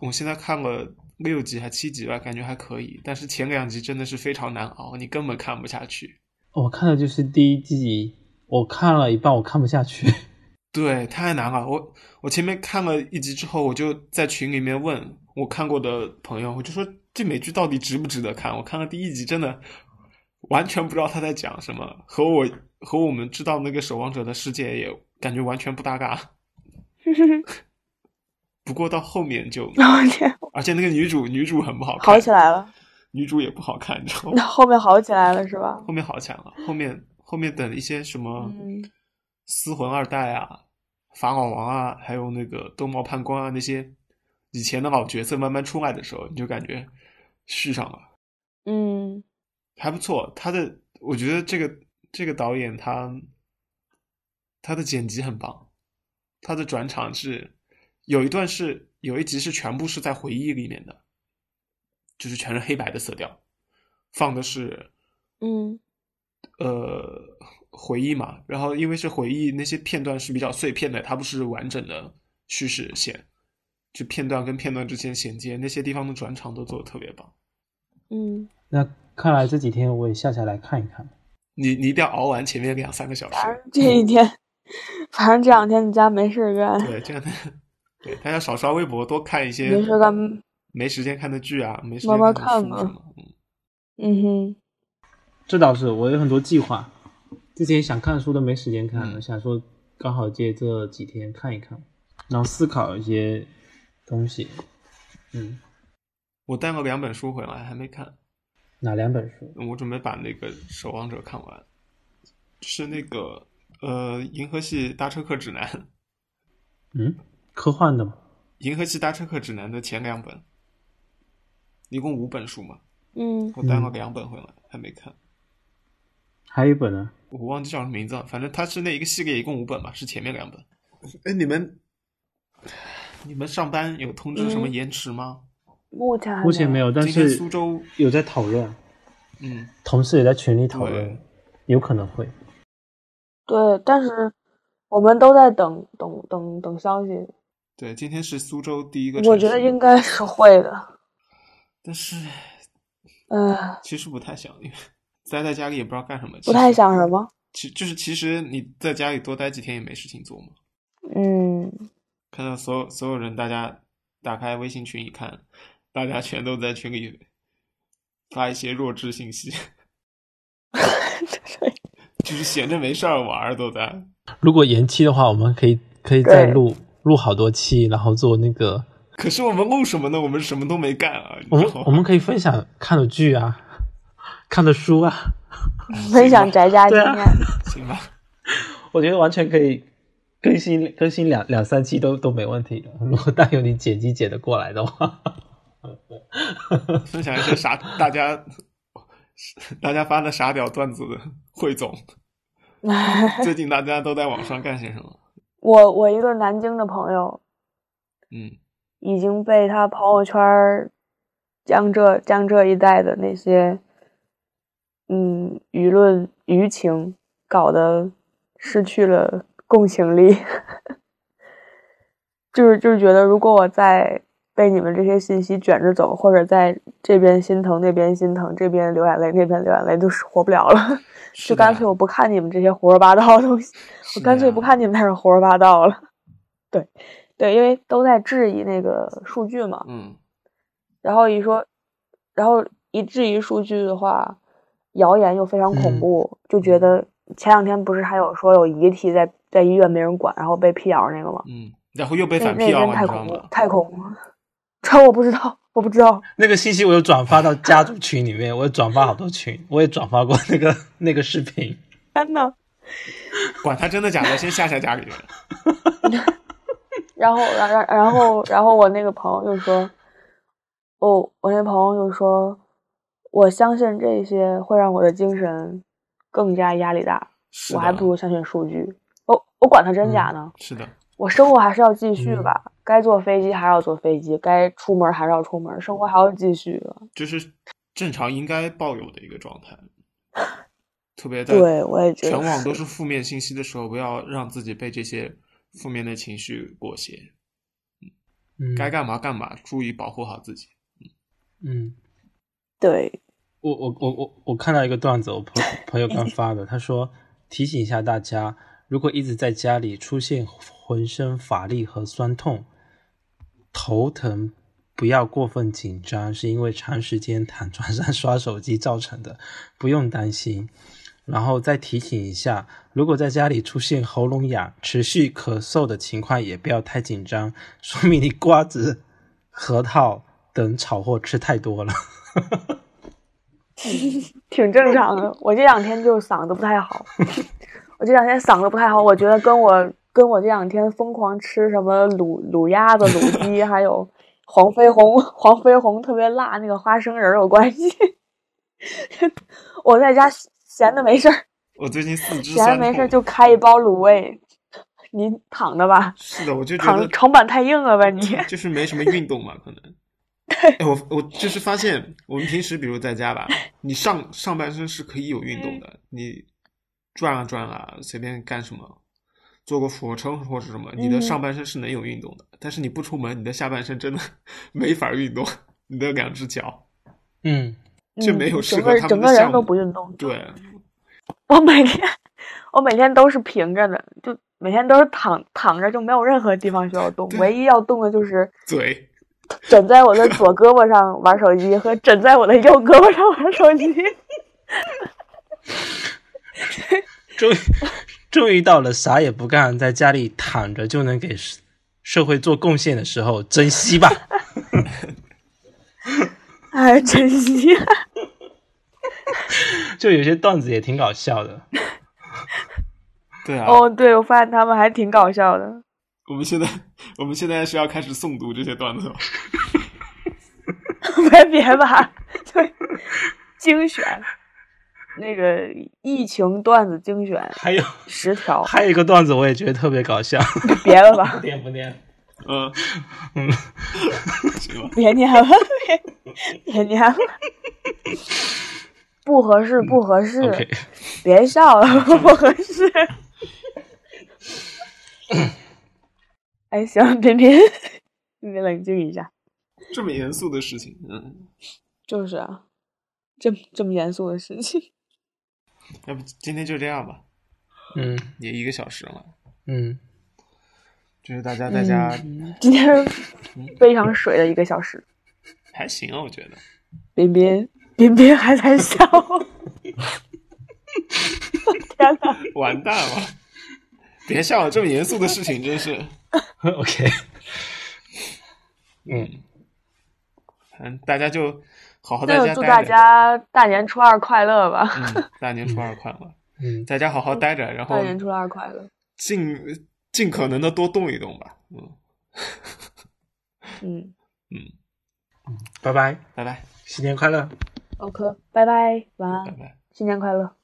[SPEAKER 9] 我现在看了六集还七集吧，感觉还可以，但是前两集真的是非常难熬，你根本看不下去。
[SPEAKER 10] 我看的就是第一季，我看了一半，我看不下去。 (laughs)
[SPEAKER 9] 对，太难了。我我前面看了一集之后，我就在群里面问我看过的朋友，我就说这美剧到底值不值得看？我看了第一集，真的完全不知道他在讲什么，和我和我们知道那个《守望者》的世界也感觉完全不搭嘎。不过到后
[SPEAKER 2] (laughs)
[SPEAKER 9] 面就，
[SPEAKER 2] 我天，
[SPEAKER 9] 而且那个女主女主很不好看，
[SPEAKER 2] 好起来了，
[SPEAKER 9] 女主也不好看，你知道
[SPEAKER 2] 那 (laughs)
[SPEAKER 9] 吗？
[SPEAKER 2] 后面好起来了是吧？
[SPEAKER 9] 后面好强了，后面后面等一些什么
[SPEAKER 2] 嗯
[SPEAKER 9] 司魂二代啊、法老王啊，还有那个兜帽判官啊那些以前的老角色慢慢出来的时候，你就感觉续上了，
[SPEAKER 2] 嗯
[SPEAKER 9] 还不错。他的我觉得这个这个导演他他的剪辑很棒，他的转场是有一段是有一集是全部是在回忆里面的，就是全是黑白的色调，放的是
[SPEAKER 2] 嗯
[SPEAKER 9] 呃回忆嘛，然后因为是回忆，那些片段是比较碎片的，它不是完整的叙事线，就片段跟片段之间衔接，那些地方的转场都做的特别棒。
[SPEAKER 2] 嗯，
[SPEAKER 10] 那看来这几天我也下下来看一看。
[SPEAKER 9] 你你一定要熬完前面两三个小
[SPEAKER 2] 反 (laughs)
[SPEAKER 9] 时，
[SPEAKER 2] 正这一天，反正这两天你家没事儿干，
[SPEAKER 9] 对，这样的，对，大家少刷微博，多看一些
[SPEAKER 2] 没事儿干，
[SPEAKER 9] 没时间看的剧啊，没时
[SPEAKER 2] 慢
[SPEAKER 9] 间
[SPEAKER 2] 慢
[SPEAKER 9] 看的
[SPEAKER 2] 看
[SPEAKER 9] 书
[SPEAKER 2] 吧
[SPEAKER 9] 什么，嗯，
[SPEAKER 2] 嗯哼，
[SPEAKER 10] 这倒是，我有很多计划。之前想看书都没时间看了，
[SPEAKER 9] 嗯
[SPEAKER 10] 想说刚好借这几天看一看，然后思考一些东西。嗯，
[SPEAKER 9] 我带了两本书回来，还没看，
[SPEAKER 10] 哪两本书？
[SPEAKER 9] 我准备把那个《守望者》看完，是那个呃《银河系搭车客指南》。
[SPEAKER 10] 嗯，科幻的吗？
[SPEAKER 9] 《银河系搭车客指南》的前两本，一共五本书嘛，
[SPEAKER 2] 嗯
[SPEAKER 9] 我带了两本回来，还没看，
[SPEAKER 10] 还有一本呢？
[SPEAKER 9] 我忘记叫什么名字了，反正它是那一个系列，一共五本嘛，是前面两本。哎，你们你们上班有通知什
[SPEAKER 2] 嗯
[SPEAKER 9] 么延迟吗？
[SPEAKER 2] 目前还
[SPEAKER 10] 目前没
[SPEAKER 2] 有，
[SPEAKER 10] 有，但
[SPEAKER 9] 今天
[SPEAKER 10] 是
[SPEAKER 9] 苏州，
[SPEAKER 10] 有在讨论，
[SPEAKER 9] 嗯，
[SPEAKER 10] 同事也在群里讨论
[SPEAKER 9] 对，
[SPEAKER 10] 有可能会。
[SPEAKER 2] 对，但是我们都在等等等等消息，
[SPEAKER 9] 对，今天是苏州第一个，
[SPEAKER 2] 我觉得应，该是会的，
[SPEAKER 9] 但是
[SPEAKER 2] 嗯，
[SPEAKER 9] 其实不太想，因为待在家里也不知道干什么，
[SPEAKER 2] 不太
[SPEAKER 9] 其实，
[SPEAKER 2] 想什么，
[SPEAKER 9] 其就是其实你在家里多待几天也没事情做嘛。
[SPEAKER 10] (laughs)
[SPEAKER 2] 嗯，
[SPEAKER 9] 看到所有所有人，大家打开微信群一看，大家全都在群里发一些弱智信息， (laughs) 就是闲着没事儿玩儿都在。
[SPEAKER 10] 如果延期的话，我们可以可以再录录好多期，然后做那个，
[SPEAKER 9] 可是我们录什么呢？我们什么都没干啊！
[SPEAKER 10] 我
[SPEAKER 9] 你知
[SPEAKER 10] 们
[SPEAKER 9] 道吗
[SPEAKER 10] 我们可以分享看的剧啊， (laughs) 看的书啊，
[SPEAKER 2] 分享宅家经
[SPEAKER 10] 对啊
[SPEAKER 2] 验，
[SPEAKER 9] 嗯行吧？
[SPEAKER 10] 我觉得完全可以更新更新两两三期都都没问题的。如果但有你剪辑剪得过来的话，
[SPEAKER 9] 分享一些傻大家大家发的傻屌段子的汇总。最近大家都在网上干些什么？
[SPEAKER 2] (laughs) 我我一个南京的朋友
[SPEAKER 9] 嗯，
[SPEAKER 2] 已经被他朋友圈儿江浙江浙一带的那些嗯舆论舆情搞得失去了共情力， (laughs) 就是就是觉得如果我在被你们这些信息卷着走，或者在这边心疼那边心疼，这边流眼泪那边流眼泪，就是活不了了，
[SPEAKER 9] 是
[SPEAKER 2] 就
[SPEAKER 9] 的呀
[SPEAKER 2] 干脆我不看你们这些胡说八道的
[SPEAKER 9] (laughs)
[SPEAKER 2] 东西。
[SPEAKER 9] 是啊
[SPEAKER 2] 我
[SPEAKER 9] 的
[SPEAKER 2] 干脆
[SPEAKER 9] 呀
[SPEAKER 2] 不看你们那儿胡说八道了。对，对，因为都在质疑那个数据嘛。
[SPEAKER 9] 嗯，
[SPEAKER 2] 然后一说，然后一质疑数据的话，谣言又非常恐
[SPEAKER 9] 嗯
[SPEAKER 2] 怖，就觉得前两天不是还有说有遗体在在医院没人管，然后被辟谣那个吗？
[SPEAKER 9] 嗯，然后又被
[SPEAKER 2] 那
[SPEAKER 9] 反
[SPEAKER 2] 那
[SPEAKER 9] 辟
[SPEAKER 2] 也
[SPEAKER 9] 谣
[SPEAKER 2] 真
[SPEAKER 9] 了，
[SPEAKER 2] 太
[SPEAKER 9] 你知道
[SPEAKER 2] 恐怖
[SPEAKER 9] 吗
[SPEAKER 2] 了，？太恐怖了。 (laughs) 这我不知道，我不知道。
[SPEAKER 10] (laughs)
[SPEAKER 2] (laughs)
[SPEAKER 10] 那个信息我有转发到家族群里面，我有转发好多群，我也转发过那个那个视频。
[SPEAKER 2] 天呐，
[SPEAKER 9] 管他真的假的，先吓吓
[SPEAKER 2] (laughs)
[SPEAKER 9] 家里人。
[SPEAKER 2] 然后，然然然后，然后我那个朋友就说，哦，我那朋友就说，我相信这些会让我的精神更加压力大，
[SPEAKER 9] 是
[SPEAKER 2] 我
[SPEAKER 9] 的
[SPEAKER 2] 还不如相信数据。我我管它真假呢，
[SPEAKER 9] 是的，
[SPEAKER 2] 我生活还是要继续吧，该坐飞机还是要坐飞机，该出门还是要出门，生活还要继续。
[SPEAKER 9] 就是正常应该抱有的一个状态。特别在
[SPEAKER 2] 对，我也觉
[SPEAKER 9] 全网
[SPEAKER 2] 得
[SPEAKER 9] 都
[SPEAKER 2] 是。
[SPEAKER 9] 是负面信息的时候，不要让自己被这些负面的情绪裹挟。
[SPEAKER 10] 嗯，
[SPEAKER 9] 该干嘛干嘛，注意保护好自己。
[SPEAKER 10] 嗯，
[SPEAKER 2] 对，
[SPEAKER 10] 我我我我我看到一个段子，我朋朋友刚发的，他说提醒一下大家，如果一直在家里出现浑身乏力和酸痛、头疼，不要过分紧张，是因为长时间躺床上刷手机造成的，不用担心。然后再提醒一下，如果在家里出现喉咙痒、持续咳嗽的情况，也不要太紧张，说明你瓜子、核桃等炒货吃太多了。 (laughs)
[SPEAKER 2] 挺正常的。我这两天就是嗓子不太好，我这两天嗓子不太好，我觉得跟我跟我这两天疯狂吃什么卤卤鸭子、卤鸡，还有黄飞鸿黄飞鸿特别辣那个花生仁儿有关系。我在家闲的没事儿，
[SPEAKER 9] 我最近四肢
[SPEAKER 2] 闲着
[SPEAKER 9] 酸
[SPEAKER 2] 没事儿
[SPEAKER 9] 痛，
[SPEAKER 2] 就开一包卤味，你躺着吧，
[SPEAKER 9] 是的，我就觉
[SPEAKER 2] 躺着
[SPEAKER 9] 得
[SPEAKER 2] 床板太硬了吧你。
[SPEAKER 9] 就是没什么运动嘛，
[SPEAKER 2] (laughs)
[SPEAKER 9] 可能。哎，我我就是发现，我们平时比如在家吧，你上上半身是可以有运动的，
[SPEAKER 2] 嗯
[SPEAKER 9] 你转啊转啊，随便干什么，做个俯卧撑或是什么，你的
[SPEAKER 2] 嗯
[SPEAKER 9] 上半身是能有运动的。但是你不出门，你的下半身真的 (laughs) 没法运动，你的两只脚
[SPEAKER 10] 嗯，
[SPEAKER 9] 就没有
[SPEAKER 2] 嗯
[SPEAKER 9] 适
[SPEAKER 2] 整
[SPEAKER 9] 合
[SPEAKER 2] 个
[SPEAKER 9] 他们的项目。
[SPEAKER 2] 整个人都不运动，
[SPEAKER 9] 对，
[SPEAKER 2] (laughs) 我每天我每天都是平着的，就每天都是躺躺着，就没有任何地方需要动，唯一要动的就是
[SPEAKER 9] 嘴
[SPEAKER 2] 枕在我的左胳膊上玩手机和枕在我的右胳膊上玩手机。
[SPEAKER 10] 终于 (laughs) 终于到了啥也不干，在家里躺着就能给社社会做贡献的时候，珍惜吧。
[SPEAKER 2] (laughs) 哎，真惜！
[SPEAKER 10] 就有些段子也挺搞笑的。
[SPEAKER 9] 对
[SPEAKER 2] (laughs)
[SPEAKER 9] 啊，
[SPEAKER 2] 哦，对，我发现他们还挺搞笑的。
[SPEAKER 9] 我们现在我们现在是要开始诵读这些段子了。
[SPEAKER 2] 别别吧，对，精选那个疫情段子精选
[SPEAKER 10] 还有
[SPEAKER 2] 十条，
[SPEAKER 10] 还有一个段子，我也觉得特别搞笑，
[SPEAKER 2] 别了吧
[SPEAKER 10] 不，念不念。
[SPEAKER 9] 嗯，
[SPEAKER 10] 嗯，
[SPEAKER 9] 行吧，
[SPEAKER 2] (laughs) 别念了，别别念了， (laughs) 不合适，不合适
[SPEAKER 10] OK，
[SPEAKER 2] 别笑了，
[SPEAKER 9] 嗯
[SPEAKER 2] (laughs) 不合适。哎，行，别别，你得冷静一下。
[SPEAKER 9] 这么严肃的事情，嗯。
[SPEAKER 2] 就是啊，这么这么严肃的事情，
[SPEAKER 9] 要不今天就这样吧，
[SPEAKER 10] 嗯
[SPEAKER 9] 也一个小时了，
[SPEAKER 10] 嗯，
[SPEAKER 9] 就是大家在家、
[SPEAKER 2] 今
[SPEAKER 9] (laughs)
[SPEAKER 2] 天非常水的一个小时。
[SPEAKER 9] 还行啊，我觉得。
[SPEAKER 2] 彬彬，彬彬还在笑。 (laughs) 天呐，
[SPEAKER 9] 完蛋了，别笑了，这么严肃的事情真是，
[SPEAKER 10] OK，嗯，
[SPEAKER 9] 嗯，大家就好好在
[SPEAKER 2] 那
[SPEAKER 9] 家
[SPEAKER 2] 就祝
[SPEAKER 9] 待
[SPEAKER 2] 大
[SPEAKER 9] 着，
[SPEAKER 2] 家大年初二快乐吧！
[SPEAKER 9] 嗯，大年初二快乐，
[SPEAKER 10] 嗯，
[SPEAKER 9] 在家好好待着，然后
[SPEAKER 2] 大年初二快乐。
[SPEAKER 9] 尽尽可能的多动一动吧，嗯，
[SPEAKER 2] 嗯
[SPEAKER 10] 拜拜，
[SPEAKER 9] 拜拜，
[SPEAKER 10] 新年快乐。
[SPEAKER 2] ，OK，拜拜，晚
[SPEAKER 9] 拜
[SPEAKER 2] 安，
[SPEAKER 9] 拜。
[SPEAKER 2] 新年快乐。